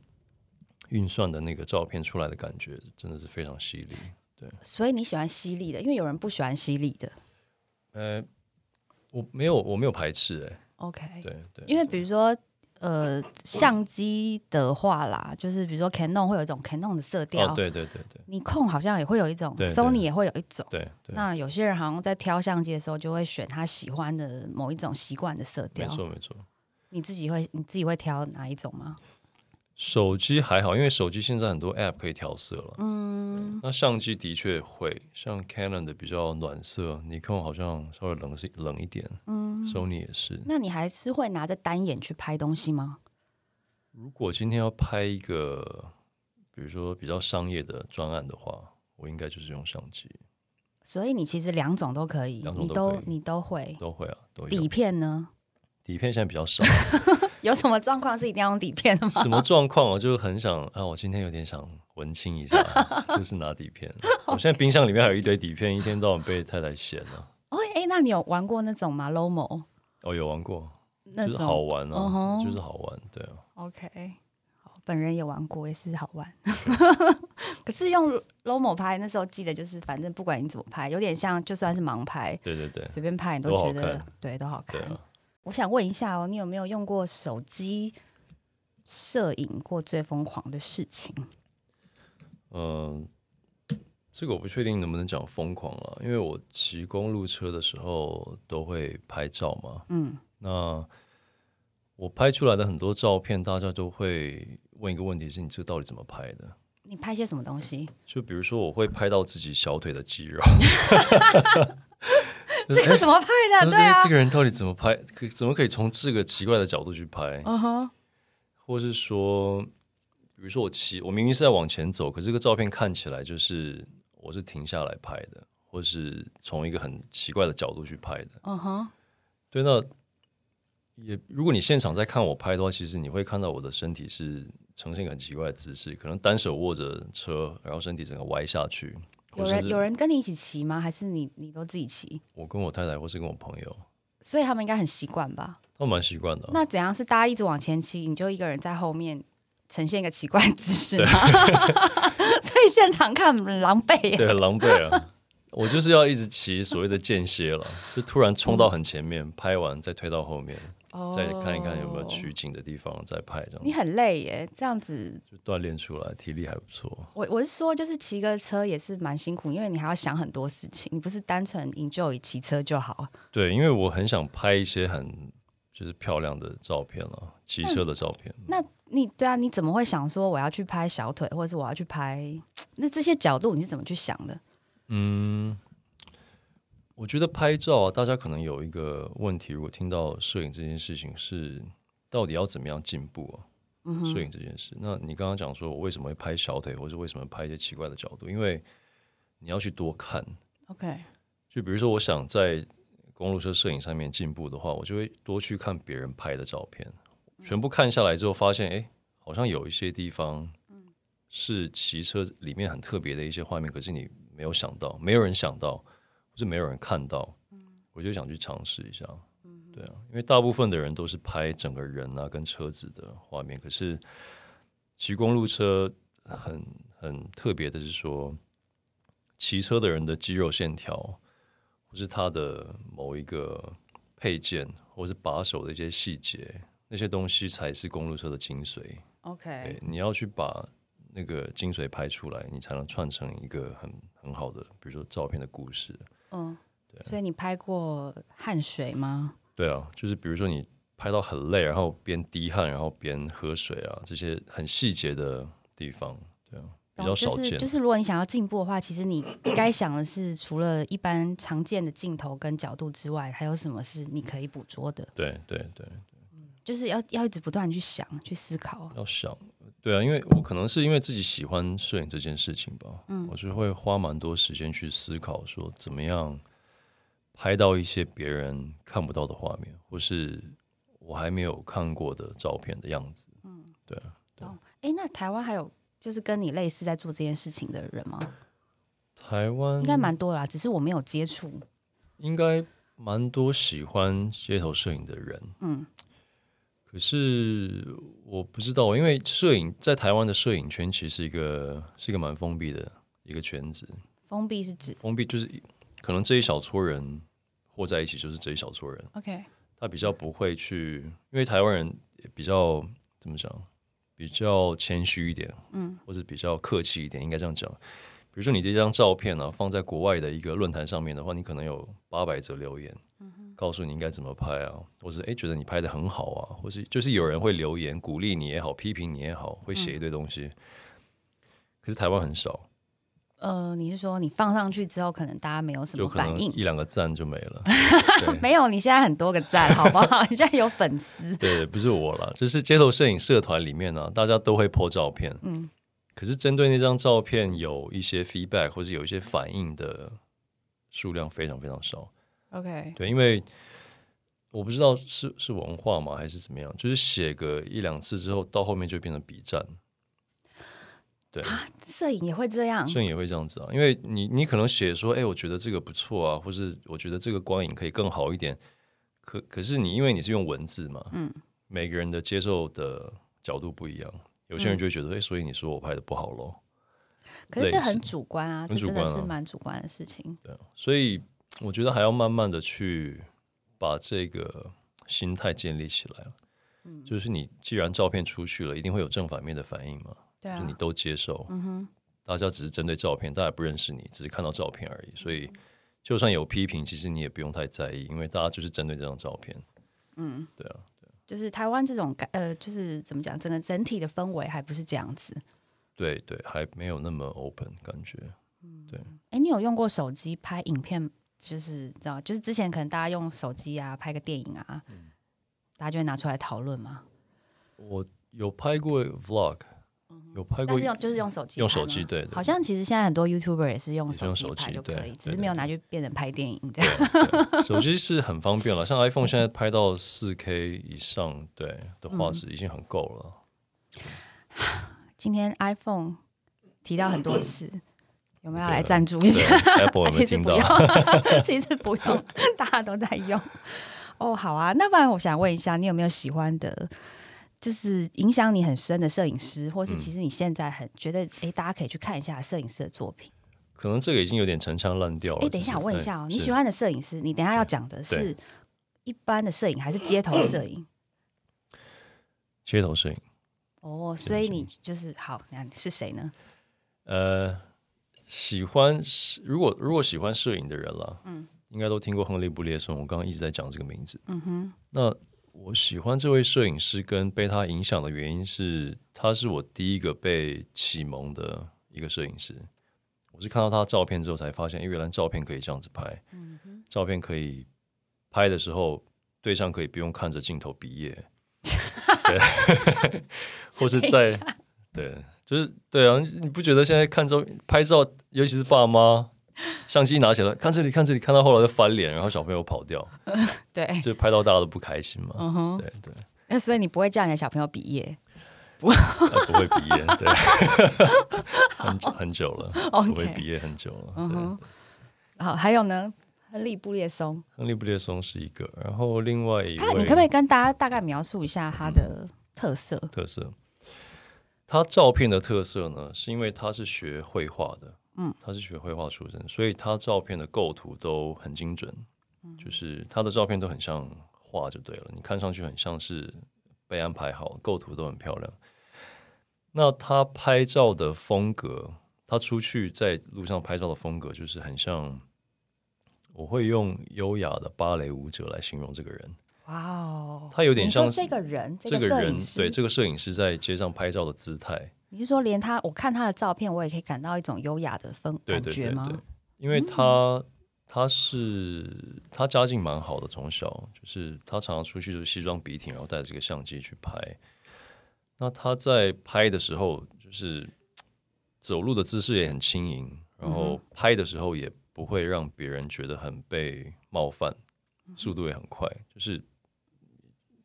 Speaker 1: 运算的那个照片出来的感觉真的是非常犀利。
Speaker 2: 所以你喜欢犀利的，因为有人不喜欢犀利的。
Speaker 1: 呃，我没有，我没有排斥、诶，哎，
Speaker 2: OK，
Speaker 1: 对对，
Speaker 2: 因为比如说。呃，相机的话啦，就是比如说 Canon 会有一种 Canon 的色调，
Speaker 1: 哦，对对对对
Speaker 2: 你控好像也会有一种
Speaker 1: 对对
Speaker 2: ，Sony 也会有一种。
Speaker 1: 对对，
Speaker 2: 那有些人好像在挑相机的时候，就会选他喜欢的某一种习惯的色
Speaker 1: 没
Speaker 2: 调。
Speaker 1: 错没错。
Speaker 2: 你自己会你自己会挑哪一种吗？
Speaker 1: 手机还好，因为手机现在很多 App 可以调色了。
Speaker 2: 嗯，
Speaker 1: 那相机的确会，像 Canon 的比较暖色，尼康好像稍微冷是冷一点，嗯，Sony 也是。
Speaker 2: 那你还是会拿着单眼去拍东西吗？
Speaker 1: 如果今天要拍一个，比如说比较商业的专案的话，我应该就是用相机，
Speaker 2: 所以你其实两种都可以，
Speaker 1: 两种
Speaker 2: 你
Speaker 1: 都可
Speaker 2: 都
Speaker 1: 以
Speaker 2: 你都会。
Speaker 1: 都会啊，都有
Speaker 2: 底。片呢？
Speaker 1: 底片现在比较少，
Speaker 2: 有什么状况是一定要用底片的吗？
Speaker 1: 什么状况我就很想啊，我今天有点想文青一下，就是拿底 片。我现在冰箱里面还有一堆底片，一天到晚被太太嫌啊。
Speaker 2: 哦，哎，那你有玩过那种吗？Lomo
Speaker 1: 哦，有玩过，
Speaker 2: 那
Speaker 1: 就是好
Speaker 2: 种
Speaker 1: 玩
Speaker 2: 嗯
Speaker 1: 啊，
Speaker 2: 哼
Speaker 1: 就是好玩，对啊。
Speaker 2: ？OK，好，本人也玩过，也是好玩。 可是用 Lomo 拍，那时候记得就是，反正不管你怎么拍，有点像就算是盲拍，
Speaker 1: 对对对，
Speaker 2: 随便拍你都
Speaker 1: 都好
Speaker 2: 觉得
Speaker 1: 看
Speaker 2: 对都好
Speaker 1: 对
Speaker 2: 看。
Speaker 1: 啊，
Speaker 2: 我想问一下哦，你有没有用过手机摄影过最疯狂的事情？
Speaker 1: 嗯、这个我不确定能不能讲疯狂啊，因为我骑公路车的时候都会拍照嘛。
Speaker 2: 嗯，
Speaker 1: 那我拍出来的很多照片，大家都会问一个问题：是你这个到底怎么拍的？
Speaker 2: 你拍些什么东西？
Speaker 1: 就比如说，我会拍到自己小腿的肌 肉， 就是
Speaker 2: 这个
Speaker 1: 哎
Speaker 2: 怎么拍的？
Speaker 1: 那
Speaker 2: 对啊
Speaker 1: 这，个人到底怎么拍？可怎么可以从这个奇怪的角度去拍？
Speaker 2: 嗯哼，
Speaker 1: 或是说，比如说我骑，我明明是在往前走，可是这个照片看起来就是我是停下来拍的，或是从一个很奇怪的角度去拍的。
Speaker 2: 嗯哼，
Speaker 1: 对，那也如果你现场在看我拍的话，其实你会看到我的身体是呈现一个很奇怪的姿势，可能单手握着车，然后身体整个歪下去。
Speaker 2: 有
Speaker 1: 或甚
Speaker 2: 人
Speaker 1: 至
Speaker 2: 有人跟你一起骑吗？还是你你都自己骑？
Speaker 1: 我跟我太太或是跟我朋友，
Speaker 2: 所以他们应该很习惯吧？
Speaker 1: 他们蛮习惯的啊、
Speaker 2: 那怎样是大家一直往前骑，你就一个人在后面呈现一个奇怪的姿势吗？ 所以现场看很狼狈耶。
Speaker 1: 对，很狼狈啊。我就是要一直骑所谓的间歇了，就突然冲到很前面，拍完再推到后面。
Speaker 2: 哦
Speaker 1: 再看一看有没有取景的地方再拍这
Speaker 2: 你
Speaker 1: 样，
Speaker 2: 很累耶，这样子，
Speaker 1: 就锻炼出来，体力还不错。
Speaker 2: 我我是说，就是骑个车也是蛮辛苦，因为你还要想很多事情，你不是单纯 enjoy 骑车就好。
Speaker 1: 对，因为我很想拍一些很就是漂亮的照片了，骑车的照片。
Speaker 2: 那你对啊，你怎么会想说我要去拍小腿，或者是我要去拍？那这些角度你是怎么去想的？
Speaker 1: 嗯，我觉得拍照啊，大家可能有一个问题，如果听到摄影这件事情是到底要怎么样进步啊？
Speaker 2: 嗯
Speaker 1: 摄
Speaker 2: 哼，
Speaker 1: 影这件事，那你刚刚讲说我为什么会拍小腿，或者为什么拍一些奇怪的角度？因为你要去多看，
Speaker 2: OK，
Speaker 1: 就比如说我想在公路车摄影上面进步的话，我就会多去看别人拍的照片，全部看下来之后发现，哎，好像有一些地方是骑车里面很特别的一些画面，可是你没有想到，没有人想到，或是没有人看到，我就想去尝试一下。对啊，因为大部分的人都是拍整个人啊跟车子的画面，可是骑公路车很很特别的是说，骑车的人的肌肉线条，或是他的某一个配件，或是把手的一些细节，那些东西才是公路车的精髓。对
Speaker 2: OK，，
Speaker 1: 你要去把那个精髓拍出来，你才能串成一个很很好的，比如说照片的故事。
Speaker 2: 嗯，所以你拍过汗水吗？
Speaker 1: 对啊，就是比如说你拍到很累，然后边滴汗，然后边喝水啊，这些很细节的地方，对啊，比较
Speaker 2: 懂
Speaker 1: 少
Speaker 2: 就
Speaker 1: 见。
Speaker 2: 是就是，如果你想要进步的话，其实你该想的是，除了一般常见的镜头跟角度之外，还有什么是你可以捕捉的？
Speaker 1: 对对对，
Speaker 2: 就是要要一直不断地去想、去思考。
Speaker 1: 要想，对啊，因为我可能是因为自己喜欢摄影这件事情吧，
Speaker 2: 嗯
Speaker 1: 我是会花蛮多时间去思考说怎么样拍到一些别人看不到的画面，或是我还没有看过的照片的样子。
Speaker 2: 哎，那台湾还有就是跟你类似在做这件事情的人吗？
Speaker 1: 台湾
Speaker 2: 应该蛮多啦，只是我没有接触。
Speaker 1: 应该蛮多喜欢街头摄影的人，
Speaker 2: 嗯，
Speaker 1: 可是我不知道，因为摄影在台湾的摄影圈其实是一个是一个蛮封闭的一个圈子，
Speaker 2: 封闭是指
Speaker 1: 封闭就是可能这一小撮人和在一起就是这一小撮人，
Speaker 2: OK，
Speaker 1: 他比较不会去，因为台湾人也比较怎么讲，比较谦虚一点，
Speaker 2: 嗯，
Speaker 1: 或者比较客气一点，应该这样讲。比如说你这张照片呢、放在国外的一个论坛上面的话，你可能有八百则留言，
Speaker 2: 嗯
Speaker 1: 告诉你应该怎么拍啊，或是诶觉得你拍的很好啊，或是就是有人会留言鼓励你也好，批评你也好，会
Speaker 2: 嗯
Speaker 1: 写一堆东西。可是台湾很少，
Speaker 2: 呃，你是说你放上去之后，可能大家没有什
Speaker 1: 就
Speaker 2: 么
Speaker 1: 可
Speaker 2: 反
Speaker 1: 能
Speaker 2: 应？
Speaker 1: 一两个赞就没了。对
Speaker 2: 没有，你现在很多个赞，好不好？ 你现在有粉丝，
Speaker 1: 对，不是我啦，就是街头摄影社团里面呢、大家都会 po 照片，
Speaker 2: 嗯，
Speaker 1: 可是针对那张照片有一些 feedback 或者有一些反应的数量非常非常少。
Speaker 2: OK，
Speaker 1: 对，因为我不知道是是文化嘛还是怎么样，就是写个一两次之后，到后面就变成比战。对，
Speaker 2: 摄影也会这样，
Speaker 1: 摄影也会这样子啊，因为你你可能写说，哎、我觉得这个不错啊，或是我觉得这个光影可以更好一点。可可是你因为你是用文字嘛，
Speaker 2: 嗯，
Speaker 1: 每个人的接受的角度不一样，有些人
Speaker 2: 嗯
Speaker 1: 就会觉得，哎、所以你说我拍的不好咯。
Speaker 2: 可是
Speaker 1: 类
Speaker 2: 这
Speaker 1: 似
Speaker 2: 很主观啊，这
Speaker 1: 很主
Speaker 2: 真的
Speaker 1: 观
Speaker 2: 是
Speaker 1: 啊
Speaker 2: 蛮主观的事情。
Speaker 1: 所以我觉得还要慢慢的去把这个心态建立起来啊
Speaker 2: 嗯
Speaker 1: 就是你既然照片出去了，一定会有正反面的反应嘛，
Speaker 2: 对
Speaker 1: 就
Speaker 2: 啊
Speaker 1: 是，你都接受，
Speaker 2: 嗯哼，
Speaker 1: 大家只是针对照片，大家也不认识你，只是看到照片而已。所
Speaker 2: 嗯
Speaker 1: 以，就算有批评，其实你也不用太在意，因为大家就是针对这张照片。
Speaker 2: 嗯，
Speaker 1: 对啊，
Speaker 2: 就是台湾这种感，呃，就是怎么讲，整个整体的氛围还不是这样子。
Speaker 1: 对对，还没有那么 open 感觉。
Speaker 2: 哎，你有用过手机拍影片？就是知道，就是之前可能大家用手机啊拍个电影啊，
Speaker 1: 嗯
Speaker 2: 大家就会拿出来讨论嘛。
Speaker 1: 我有拍过 vlog，有拍
Speaker 2: 嗯但
Speaker 1: 过
Speaker 2: 是用就是用手机，
Speaker 1: 用手机，。对对
Speaker 2: 好像其实现在很多 YouTuber 也是用
Speaker 1: 也是
Speaker 2: 手
Speaker 1: 用
Speaker 2: 机
Speaker 1: 手
Speaker 2: 拍
Speaker 1: 机
Speaker 2: 就
Speaker 1: 对
Speaker 2: 可以，
Speaker 1: 对
Speaker 2: 只是
Speaker 1: 对
Speaker 2: 没有拿去变成拍电影这样。
Speaker 1: 手机是很方便 了，像 iPhone 现在拍到四 K 以上，对的画质
Speaker 2: 嗯
Speaker 1: 已经很够了。
Speaker 2: 今天 iPhone 提到很多次，有没有要
Speaker 1: 对
Speaker 2: 来
Speaker 1: 啊
Speaker 2: 赞助一下
Speaker 1: 对？Apple 有没
Speaker 2: 啊其
Speaker 1: 有
Speaker 2: 实
Speaker 1: 听
Speaker 2: 不
Speaker 1: 到
Speaker 2: 用？，其实不用，大家都在用。哦，好啊，那不然我想问一下，你有没有喜欢的，就是影响你很深的摄影师，或是
Speaker 1: 嗯
Speaker 2: 其实你现在很觉得，哎、大家可以去看一下摄影师的作品。
Speaker 1: 可能这个已经有点陈腔滥调了。
Speaker 2: 哎、等一下，
Speaker 1: 就
Speaker 2: 我
Speaker 1: 是
Speaker 2: 问一下哦、
Speaker 1: 哎
Speaker 2: 你
Speaker 1: 是
Speaker 2: 喜欢的摄影师，你等一下要讲的是一般的摄影还是街头摄影？
Speaker 1: 街头摄影。
Speaker 2: 哦，
Speaker 1: 是
Speaker 2: 所以
Speaker 1: 嗯是
Speaker 2: 你就是好，那是谁呢？
Speaker 1: 呃，喜欢如果如果喜欢摄影的人了，嗯，应该都听过亨利·布列松。我刚刚一直在讲这个名字。
Speaker 2: 嗯哼，
Speaker 1: 那我喜欢这位摄影师，跟被他影响的原因是，他是我第一个被启蒙的一个摄影师。我是看到他的照片之后才发现，诶原来照片可以这样子拍，
Speaker 2: 嗯
Speaker 1: 照片可以拍的时候，对象可以不用看着镜头毕业， 对， 或是在对，就是对啊，你不觉得现在看照拍照，尤其是爸妈，相机拿起来看这里看这里，看到后来就翻脸，然后小朋友跑掉，
Speaker 2: 对，
Speaker 1: 就拍到大家都不开心嘛。
Speaker 2: 嗯哼，
Speaker 1: 对对，
Speaker 2: 那所以你不会叫你的小朋友毕业
Speaker 1: 呃不会毕业，对， 很久很久了，不会毕
Speaker 2: ？OK，
Speaker 1: 业很久了。
Speaker 2: 嗯哼
Speaker 1: 对，
Speaker 2: 好，还有呢，亨利·布列松，
Speaker 1: 亨利·布列松是一个，然后另外一
Speaker 2: 他你可不可以
Speaker 1: 位
Speaker 2: 跟大家大概描述一下他的特色？
Speaker 1: 特色，他照片的特色呢，是因为他是学绘画的，
Speaker 2: 嗯，
Speaker 1: 他是学绘画出身，所以他照片的构图都很精准，
Speaker 2: 嗯
Speaker 1: 就是他的照片都很像画就对了，你看上去很像是被安排好，构图都很漂亮。那他拍照的风格，他出去在路上拍照的风格，就是很像，我会用优雅的芭蕾舞者来形容这个人。
Speaker 2: 哇哦，
Speaker 1: 他有点像
Speaker 2: 你
Speaker 1: 是
Speaker 2: 说这个人，
Speaker 1: 这个
Speaker 2: 摄
Speaker 1: 人
Speaker 2: 影师，
Speaker 1: 对这个摄影师在街上拍照的姿态，
Speaker 2: 你是说连他，我看他的照片，我也可以感到一种优雅的风
Speaker 1: 对
Speaker 2: 感
Speaker 1: 对
Speaker 2: 觉
Speaker 1: 对
Speaker 2: 吗嗯
Speaker 1: 对？，因为他、他是他家境蛮好的，从小就是他常常出去就是西装笔挺，然后带着这个相机去拍。那他在拍的时候，就是走路的姿势也很轻盈，然
Speaker 2: 嗯
Speaker 1: 后拍的时候也不会让别人觉得很被冒犯，
Speaker 2: 嗯
Speaker 1: 速度也很快，就是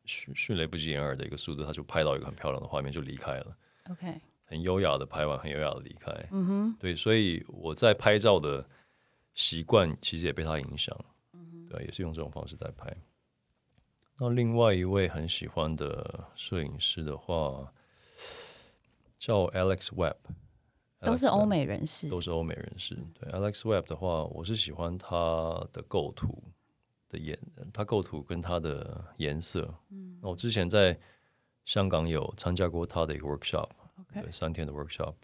Speaker 1: 迅迅雷不及掩耳的一个速度，他就拍到一个很漂亮的画面就离开了。
Speaker 2: OK，
Speaker 1: 很优雅的拍完，很优雅的离开。
Speaker 2: 嗯哼，
Speaker 1: 对，所以我在拍照的习惯其实也被他影响，
Speaker 2: 嗯
Speaker 1: 对，也是用这种方式在拍。那另外一位很喜欢的摄影师的话，叫 Alex Webb，
Speaker 2: 都是
Speaker 1: Alex Webb
Speaker 2: 欧美人士。
Speaker 1: 呃都是欧美人士。对 Alex Webb 的话，我是喜欢他的构图的颜，他构图跟他的颜色。嗯，那我之前在香港有参加过他的一个 workshop，
Speaker 2: OK
Speaker 1: 对三天的 workshop。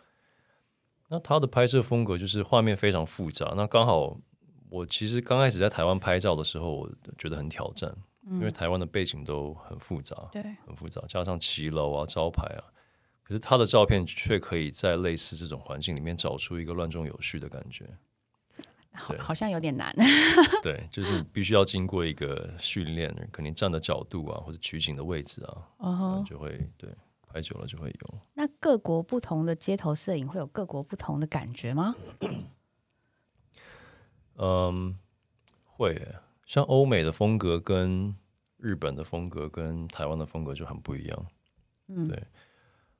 Speaker 1: 那他的拍摄风格就是画面非常复杂。那刚好我其实刚开始在台湾拍照的时候，我觉得很挑战，因为台湾的背景都很复杂。
Speaker 2: 对，
Speaker 1: 很复杂，加上骑楼啊、招牌啊，可是他的照片却可以在类似这种环境里面找出一个乱中有序的感觉。
Speaker 2: 好
Speaker 1: 对，
Speaker 2: 好像有 点难。
Speaker 1: 对，就是必须要经过一个训练，可能站的角度啊，或者取景的位置啊，
Speaker 2: 哦吼、
Speaker 1: 就会对拍久了就会有。
Speaker 2: 那各国不同的街头摄影会有各国不同的感觉吗？
Speaker 1: 嗯，会耶像欧美的风格跟日本的风格跟台湾的风格就很不一样。
Speaker 2: 嗯
Speaker 1: 对。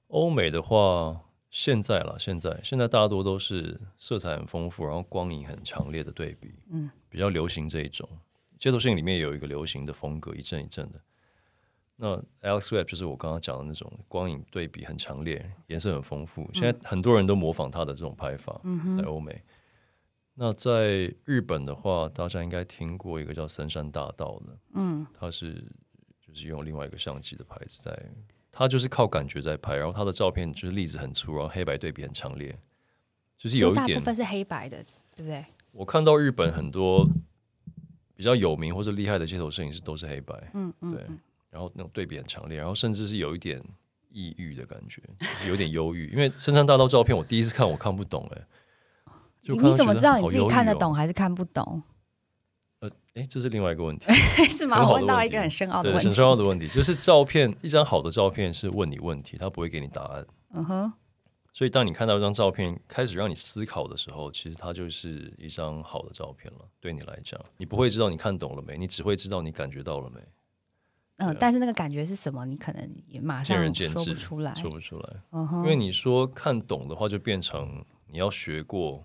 Speaker 1: 欧美的话，现在啦，现在现在大多都是色彩很丰富，然后光影很强烈的对比，
Speaker 2: 嗯，
Speaker 1: 比较流行这一种。街头摄影里面有一个流行的风格，一阵一阵的。那 Alex Webb 就是我刚刚讲的那种光影对比很强烈，颜色很丰富。现
Speaker 2: 嗯
Speaker 1: 在很多人都模仿他的这种拍法，在欧美。那在日本的话，大家应该听过一个叫森山大道的，
Speaker 2: 嗯，
Speaker 1: 他是就是用另外一个相机的牌子在，他就是靠感觉在拍，然后他的照片就是粒子很粗，然后黑白对比很强烈，就是有
Speaker 2: 所以
Speaker 1: 一
Speaker 2: 大部
Speaker 1: 点
Speaker 2: 分是黑白的，对不对？
Speaker 1: 我看到日本很多比较有名或者厉害的街头摄影师都是黑白，
Speaker 2: 嗯嗯
Speaker 1: 对，然后那种对比很强烈，然后甚至是有一点抑郁的感觉，有点忧郁。因为深山大道照片我第一次看我看不懂哎、就看到
Speaker 2: 你怎么
Speaker 1: 觉
Speaker 2: 知
Speaker 1: 得
Speaker 2: 道
Speaker 1: 好
Speaker 2: 你自己
Speaker 1: 忧郁
Speaker 2: 看得
Speaker 1: 哦
Speaker 2: 懂？还是看不懂？
Speaker 1: 呃，哎，这是另外一个问题，
Speaker 2: 是
Speaker 1: 很
Speaker 2: 吗？
Speaker 1: 好
Speaker 2: 我
Speaker 1: 的
Speaker 2: 问到
Speaker 1: 问
Speaker 2: 一
Speaker 1: 题
Speaker 2: 个很深啊奥的
Speaker 1: 对，
Speaker 2: 问
Speaker 1: 很
Speaker 2: 题
Speaker 1: 重。要的问题就是照片，一张好的照片是问你问题，它不会给你答案。
Speaker 2: 嗯哼，
Speaker 1: 所以当你看到一张照片，开始让你思考的时候，其实它就是一张好的照片了。对你来讲，你不会知道你看懂了没，你只会知道你感觉到了没，
Speaker 2: 嗯、但是那个感觉是什么？你可能也马
Speaker 1: 啊见仁
Speaker 2: 上
Speaker 1: 见
Speaker 2: 说
Speaker 1: 智，
Speaker 2: 不出来。
Speaker 1: 说不出来。
Speaker 2: 嗯
Speaker 1: 因
Speaker 2: 哼，
Speaker 1: 为你说看懂的话，就变成你要学过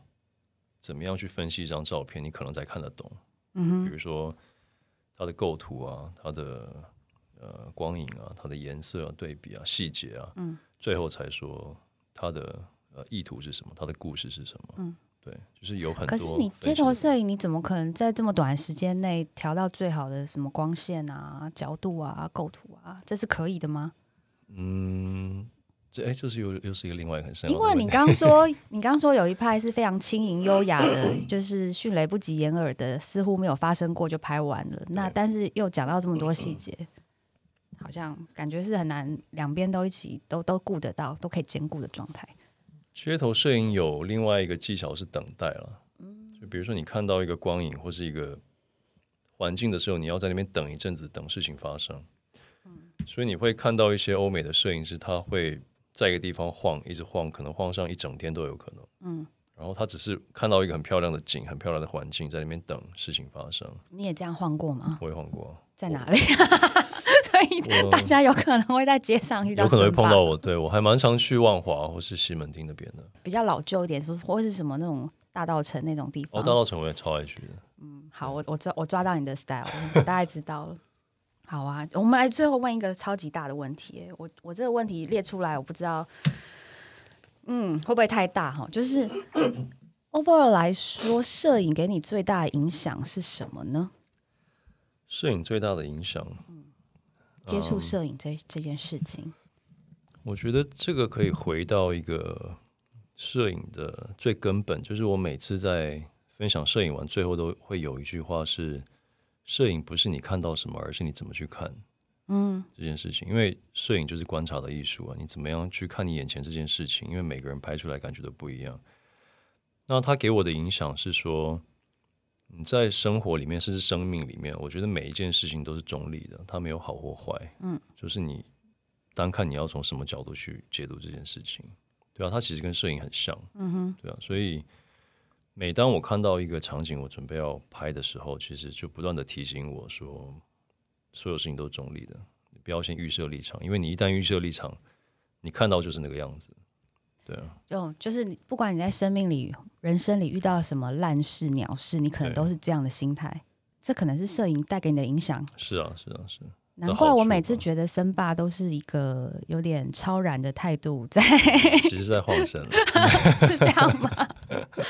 Speaker 1: 怎么样去分析一张照片，你可能才看得懂。
Speaker 2: 嗯
Speaker 1: 比
Speaker 2: 哼，
Speaker 1: 如说它的构图啊，它的呃光影啊，它的颜色啊、对比啊、细节啊，
Speaker 2: 嗯，
Speaker 1: 最后才说它的呃意图是什么，它的故事是什么，
Speaker 2: 嗯，
Speaker 1: 对，就是有很多
Speaker 2: 可
Speaker 1: 分
Speaker 2: 是
Speaker 1: 析的。嗯
Speaker 2: 你街头摄影，你怎么可能在这么短时间内调到最好的什么光线啊、角度啊、构图啊？这是可以的吗？
Speaker 1: 嗯，这哎，这是又又是一个另外一个很深
Speaker 2: 因
Speaker 1: 奥的
Speaker 2: 为
Speaker 1: 问
Speaker 2: 你
Speaker 1: 题
Speaker 2: 刚刚说，你刚刚说有一派是非常轻盈优雅的，就是迅雷不及掩耳的，似乎没有发生过就拍完了。那
Speaker 1: 对嗯
Speaker 2: 但是又讲到这么多细节，好像感觉是很难两边都一起都都顾得到，都可以兼顾的状态。
Speaker 1: 街头摄影有另外一个技巧是等待了，
Speaker 2: 嗯
Speaker 1: 就比如说你看到一个光影或是一个环境的时候，你要在那边等一阵子，等事情发生。
Speaker 2: 嗯
Speaker 1: 所以你会看到一些欧美的摄影师，他会在一个地方晃，一直晃，可能晃上一整天都有可能。
Speaker 2: 嗯，
Speaker 1: 然后他只是看到一个很漂亮的景，很漂亮的环境，在那边等事情发生。
Speaker 2: 你也这样晃过吗？
Speaker 1: 我也晃过，
Speaker 2: 在哪里？ 所以
Speaker 1: 我
Speaker 2: 大家有可能会在街上遇到，
Speaker 1: 有可能会碰到我。对我还蛮常去万华或是西门町那边的。
Speaker 2: 比较老旧一点，说或是什么那种大道城那种地
Speaker 1: 哦，
Speaker 2: 方。
Speaker 1: 大稻城我也超爱去的。
Speaker 2: 好，我我抓我抓到你的 style，我大概知道了。好啊，我们来最后问一个超级大的问题耶。我我这个问题列出来，我不知道，嗯，会不会太大哈？就是 overall 来说，摄影给你最大的影响是什么呢？
Speaker 1: 摄影最大的影响，
Speaker 2: 接触摄影这这件事情，
Speaker 1: 我觉得这个可以回到一个摄影的最根本，就是我每次在分享摄影完，最后都会有一句话是：摄影不是你看到什么，而是你怎么去看
Speaker 2: 嗯
Speaker 1: 这件事情。因为摄影就是观察的艺术啊，你怎么样去看你眼前这件事情？因为每个人拍出来感觉都不一样。那它给我的影响是说，你在生活里面，甚至生命里面，我觉得每一件事情都是中立的，它没有好或坏。
Speaker 2: 嗯，
Speaker 1: 就是你单看你要从什么角度去解读这件事情，对啊，它其实跟摄影很像，
Speaker 2: 嗯哼，
Speaker 1: 对啊，所以每当我看到一个场景，我准备要拍的时候，其实就不断的提醒我说，所有事情都是中立的，你不要先预设立场，因为你一旦预设立场，你看到就是那个样子，对啊。
Speaker 2: 哦就就是你不管你在生命里、人生里遇到什么烂事、鸟事，你可能
Speaker 1: 对
Speaker 2: 都是这样的心态。这可能是摄影带给你的影响。
Speaker 1: 是啊，是啊，是啊
Speaker 2: 难怪我每次
Speaker 1: 好处吧
Speaker 2: 觉得森爸都是一个有点超然的态度，在
Speaker 1: 其实是在晃神了。
Speaker 2: 是这样吗？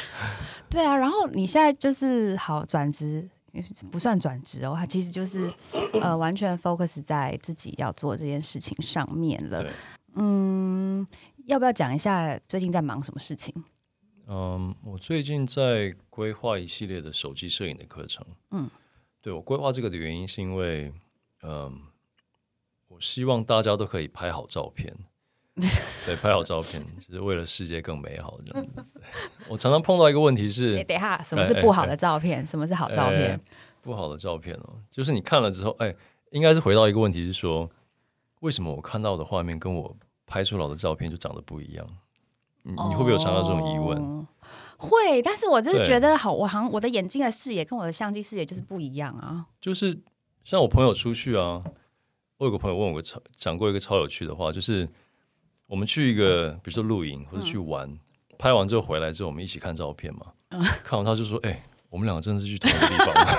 Speaker 2: 对啊，然后你现在就是好转职，不算转职哦，他其实就是呃完全 focus 在自己要做这件事情上面了
Speaker 1: 对。
Speaker 2: 嗯，要不要讲一下最近在忙什么事情？
Speaker 1: 嗯，我最近在规划一系列的手机摄影的课程。
Speaker 2: 嗯，
Speaker 1: 对我规划这个的原因是因为，嗯，我希望大家都可以拍好照 片，对，拍好照片，就是为了世界更美好这样子。对我常常碰到一个问题是，
Speaker 2: 哎等一下，什么是不好的照片？什么是好照片？
Speaker 1: 哎不好的照片哦，就是你看了之后，哎，应该是回到一个问题是说，为什么我看到的画面跟我拍出来的照片就长得不一样？你你会不会有常到这种疑问？
Speaker 2: 哦会，但是我就是
Speaker 1: 对
Speaker 2: 觉得好，我好像我的眼睛的视野跟我的相机视野就是不一样 啊。
Speaker 1: 就是像我朋友出去啊，我有个朋友问我个超讲过一个超有趣的话，就是我们去一个比如说露营或者去玩，拍完之后回来之后，我们一起看照片嘛，看完他就说：“哎、我们两个真的是去同一个地方吗？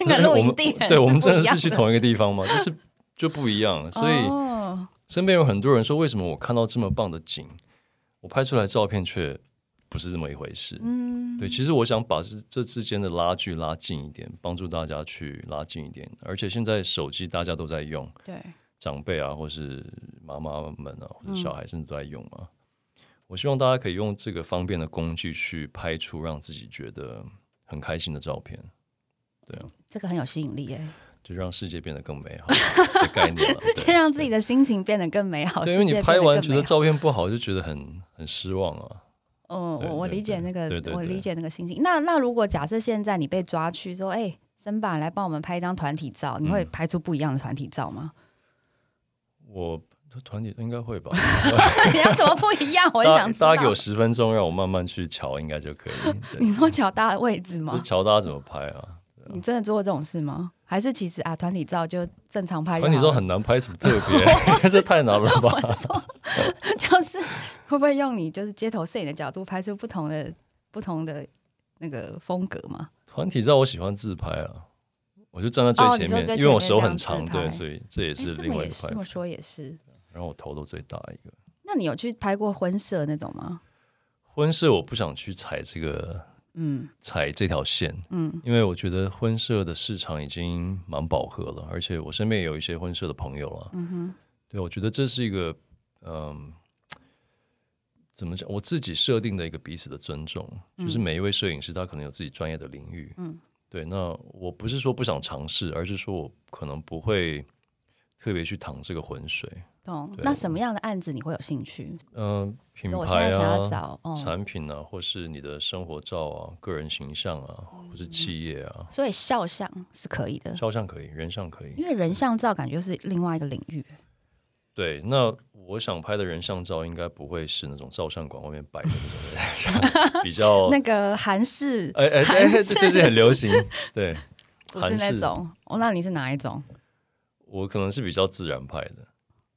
Speaker 2: 那个露营地
Speaker 1: 我们对我们真的是去
Speaker 2: 一样
Speaker 1: 同一个地方吗？就是就不一样。”所以
Speaker 2: 哦
Speaker 1: 身边有很多人说：“为什么我看到这么棒的景，我拍出来的照片却不是这么一回事？”
Speaker 2: 嗯，
Speaker 1: 对，其实我想把这这之间的拉距拉近一点，帮助大家去拉近一点。而且现在手机大家都在用，
Speaker 2: 对，
Speaker 1: 长辈啊，或是妈妈们啊，或者
Speaker 2: 嗯
Speaker 1: 小孩甚至都在用啊。我希望大家可以用这个方便的工具去拍出让自己觉得很开心的照片，
Speaker 2: 这个很有吸引 力耶，
Speaker 1: 就让世界变得更美好的概念 了。
Speaker 2: 先
Speaker 1: 对，
Speaker 2: 让自己的心情变得更美好。
Speaker 1: 对，因为
Speaker 2: 世
Speaker 1: 你
Speaker 2: 界
Speaker 1: 拍
Speaker 2: 变
Speaker 1: 完
Speaker 2: 更
Speaker 1: 觉
Speaker 2: 美
Speaker 1: 得
Speaker 2: 好，
Speaker 1: 照片不好，就觉得很很失望啊。
Speaker 2: 嗯，
Speaker 1: 对
Speaker 2: 我我
Speaker 1: 对
Speaker 2: 理解
Speaker 1: 对
Speaker 2: 那个
Speaker 1: 对，对
Speaker 2: 我
Speaker 1: 对
Speaker 2: 理解那个心情。那那如果假设现在你被抓去说，哎，森爸来帮我们拍一张团体照，你会
Speaker 1: 嗯
Speaker 2: 拍出不一样的团体照吗？
Speaker 1: 我团体应该会吧。
Speaker 2: 你要怎么不一样？ 我很
Speaker 1: 大
Speaker 2: 想
Speaker 1: 家
Speaker 2: 知道
Speaker 1: 大家给。我十分钟，让我慢慢去瞧，应该就 可以。对
Speaker 2: 你说脚大的位置
Speaker 1: 就
Speaker 2: 吗？
Speaker 1: 瞧大家怎么拍啊？
Speaker 2: 你真的做过这种事吗？还是其实啊，团体照就正常拍就好啊
Speaker 1: 团
Speaker 2: 了？
Speaker 1: 体照很难拍什么特别， 这太难了 吧？
Speaker 2: 就是会不会用你就是街头摄影的角度拍出不同的不同的那个风格嘛？
Speaker 1: 团体照我喜欢自拍啊，我就站在
Speaker 2: 哦
Speaker 1: 最
Speaker 2: 你
Speaker 1: 前
Speaker 2: 说
Speaker 1: 面，
Speaker 2: 最前面
Speaker 1: 因为我手很长，
Speaker 2: 这样
Speaker 1: 对，
Speaker 2: 自拍
Speaker 1: 所以这也
Speaker 2: 诶
Speaker 1: 是
Speaker 2: 这
Speaker 1: 另
Speaker 2: 么
Speaker 1: 外一
Speaker 2: 也
Speaker 1: 个
Speaker 2: 哎是
Speaker 1: 拍
Speaker 2: 这
Speaker 1: 法
Speaker 2: 么。说也是。
Speaker 1: 然后我头都最大一个。
Speaker 2: 那你有去拍过婚摄那种吗？
Speaker 1: 婚摄我不想去踩这个
Speaker 2: 嗯
Speaker 1: 踩这条线，
Speaker 2: 嗯
Speaker 1: 因为我觉得婚摄的市场已经蛮饱和了，而且我身边也有一些婚摄的朋友啊，
Speaker 2: 嗯哼，
Speaker 1: 对，我觉得这是一个，嗯，怎么讲？我自己设定的一个彼此的尊重，就是每一位摄影师他可能有自己专业的领域，
Speaker 2: 嗯，
Speaker 1: 对。那我不是说不想尝试，而是说我可能不会特别去淌这个浑水。
Speaker 2: 懂？
Speaker 1: 对
Speaker 2: 那什么样的案子你会有兴趣？
Speaker 1: 嗯、品
Speaker 2: 我现
Speaker 1: 牌
Speaker 2: 在想要
Speaker 1: 啊、
Speaker 2: 找，哦，
Speaker 1: 产品啊，或是你的生活照啊、个人形象啊，
Speaker 2: 哦
Speaker 1: 或是企业啊，
Speaker 2: 所以肖像是可以的，
Speaker 1: 肖像可以，人像可以，
Speaker 2: 因为人像照感觉又是另外一个领域。
Speaker 1: 对，那我想拍的人像照应该不会是那种照相馆外面摆的那种人 像，比较
Speaker 2: 那个韩式
Speaker 1: 哎哎哎，
Speaker 2: 韩
Speaker 1: 这
Speaker 2: 式
Speaker 1: 最近很流 行。对
Speaker 2: 不是
Speaker 1: 韩
Speaker 2: 那
Speaker 1: 式
Speaker 2: 种，哦，那你是哪一种？
Speaker 1: 我可能是比较自然派的，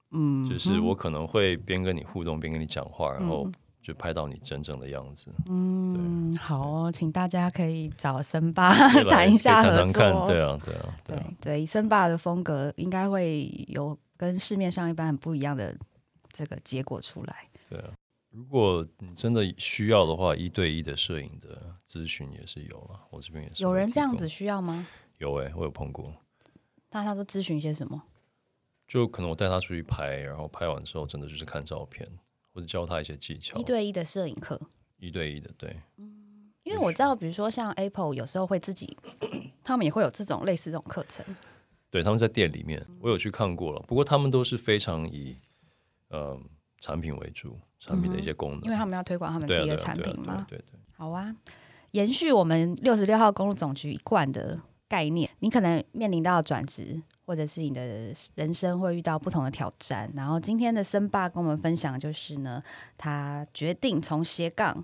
Speaker 2: 嗯，
Speaker 1: 就是我可能会边跟你互动边跟你讲话，然后就拍到你真正的样子。
Speaker 2: 嗯，好哦，请大家可以找 森巴
Speaker 1: 可以来
Speaker 2: 谈一下
Speaker 1: 可以
Speaker 2: 合
Speaker 1: 谈谈看，
Speaker 2: 作。
Speaker 1: 对啊，对啊，对
Speaker 2: 对
Speaker 1: 啊。
Speaker 2: 对，森巴的风格应该会有跟市面上一般很不一样的这个结果出来。
Speaker 1: 如果你真的需要的话，一对一的摄影的咨询也是有了，我这边也是
Speaker 2: 有
Speaker 1: 会
Speaker 2: 人
Speaker 1: 提
Speaker 2: 这样
Speaker 1: 供
Speaker 2: 子需要吗？
Speaker 1: 有哎、我有碰过，
Speaker 2: 那他都咨询些什么？
Speaker 1: 就可能我带他出去拍，然后拍完之后真的就是看照片，或者教他一些技巧，
Speaker 2: 一对一的摄影课，
Speaker 1: 一对一的，对，
Speaker 2: 因为我知道，比如说像 Apple 有时候会自己，他们也会有这种类似这种课
Speaker 1: 嗯
Speaker 2: 程。
Speaker 1: 对，他们在店里面，我有去看过了。不过他们都是非常以呃产品为主，产品的一些功能，
Speaker 2: 嗯因为他们要推广他们
Speaker 1: 对
Speaker 2: 自
Speaker 1: 啊
Speaker 2: 己
Speaker 1: 对
Speaker 2: 的
Speaker 1: 啊
Speaker 2: 产
Speaker 1: 对啊
Speaker 2: 品
Speaker 1: 对啊
Speaker 2: 嘛。
Speaker 1: 对对
Speaker 2: 好啊，延续我们六十六号公路总局一贯的概念，你可能面临到转职，或者是你的人生会遇到不同的挑战。然后今天的森爸跟我们分享就是呢，他决定从斜杠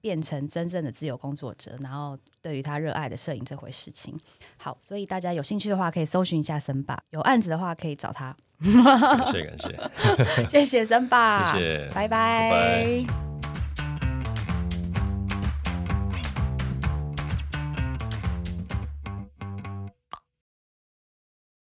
Speaker 2: 变成真正的自由工作者，然后对于他热爱的摄影这回事情。好，所以大家有兴趣的话可以搜寻一下森爸，有案子的话可以找他。
Speaker 1: 啊感谢感谢，
Speaker 2: 谢谢森爸，
Speaker 1: 谢谢，
Speaker 2: 拜
Speaker 1: 拜拜
Speaker 2: 拜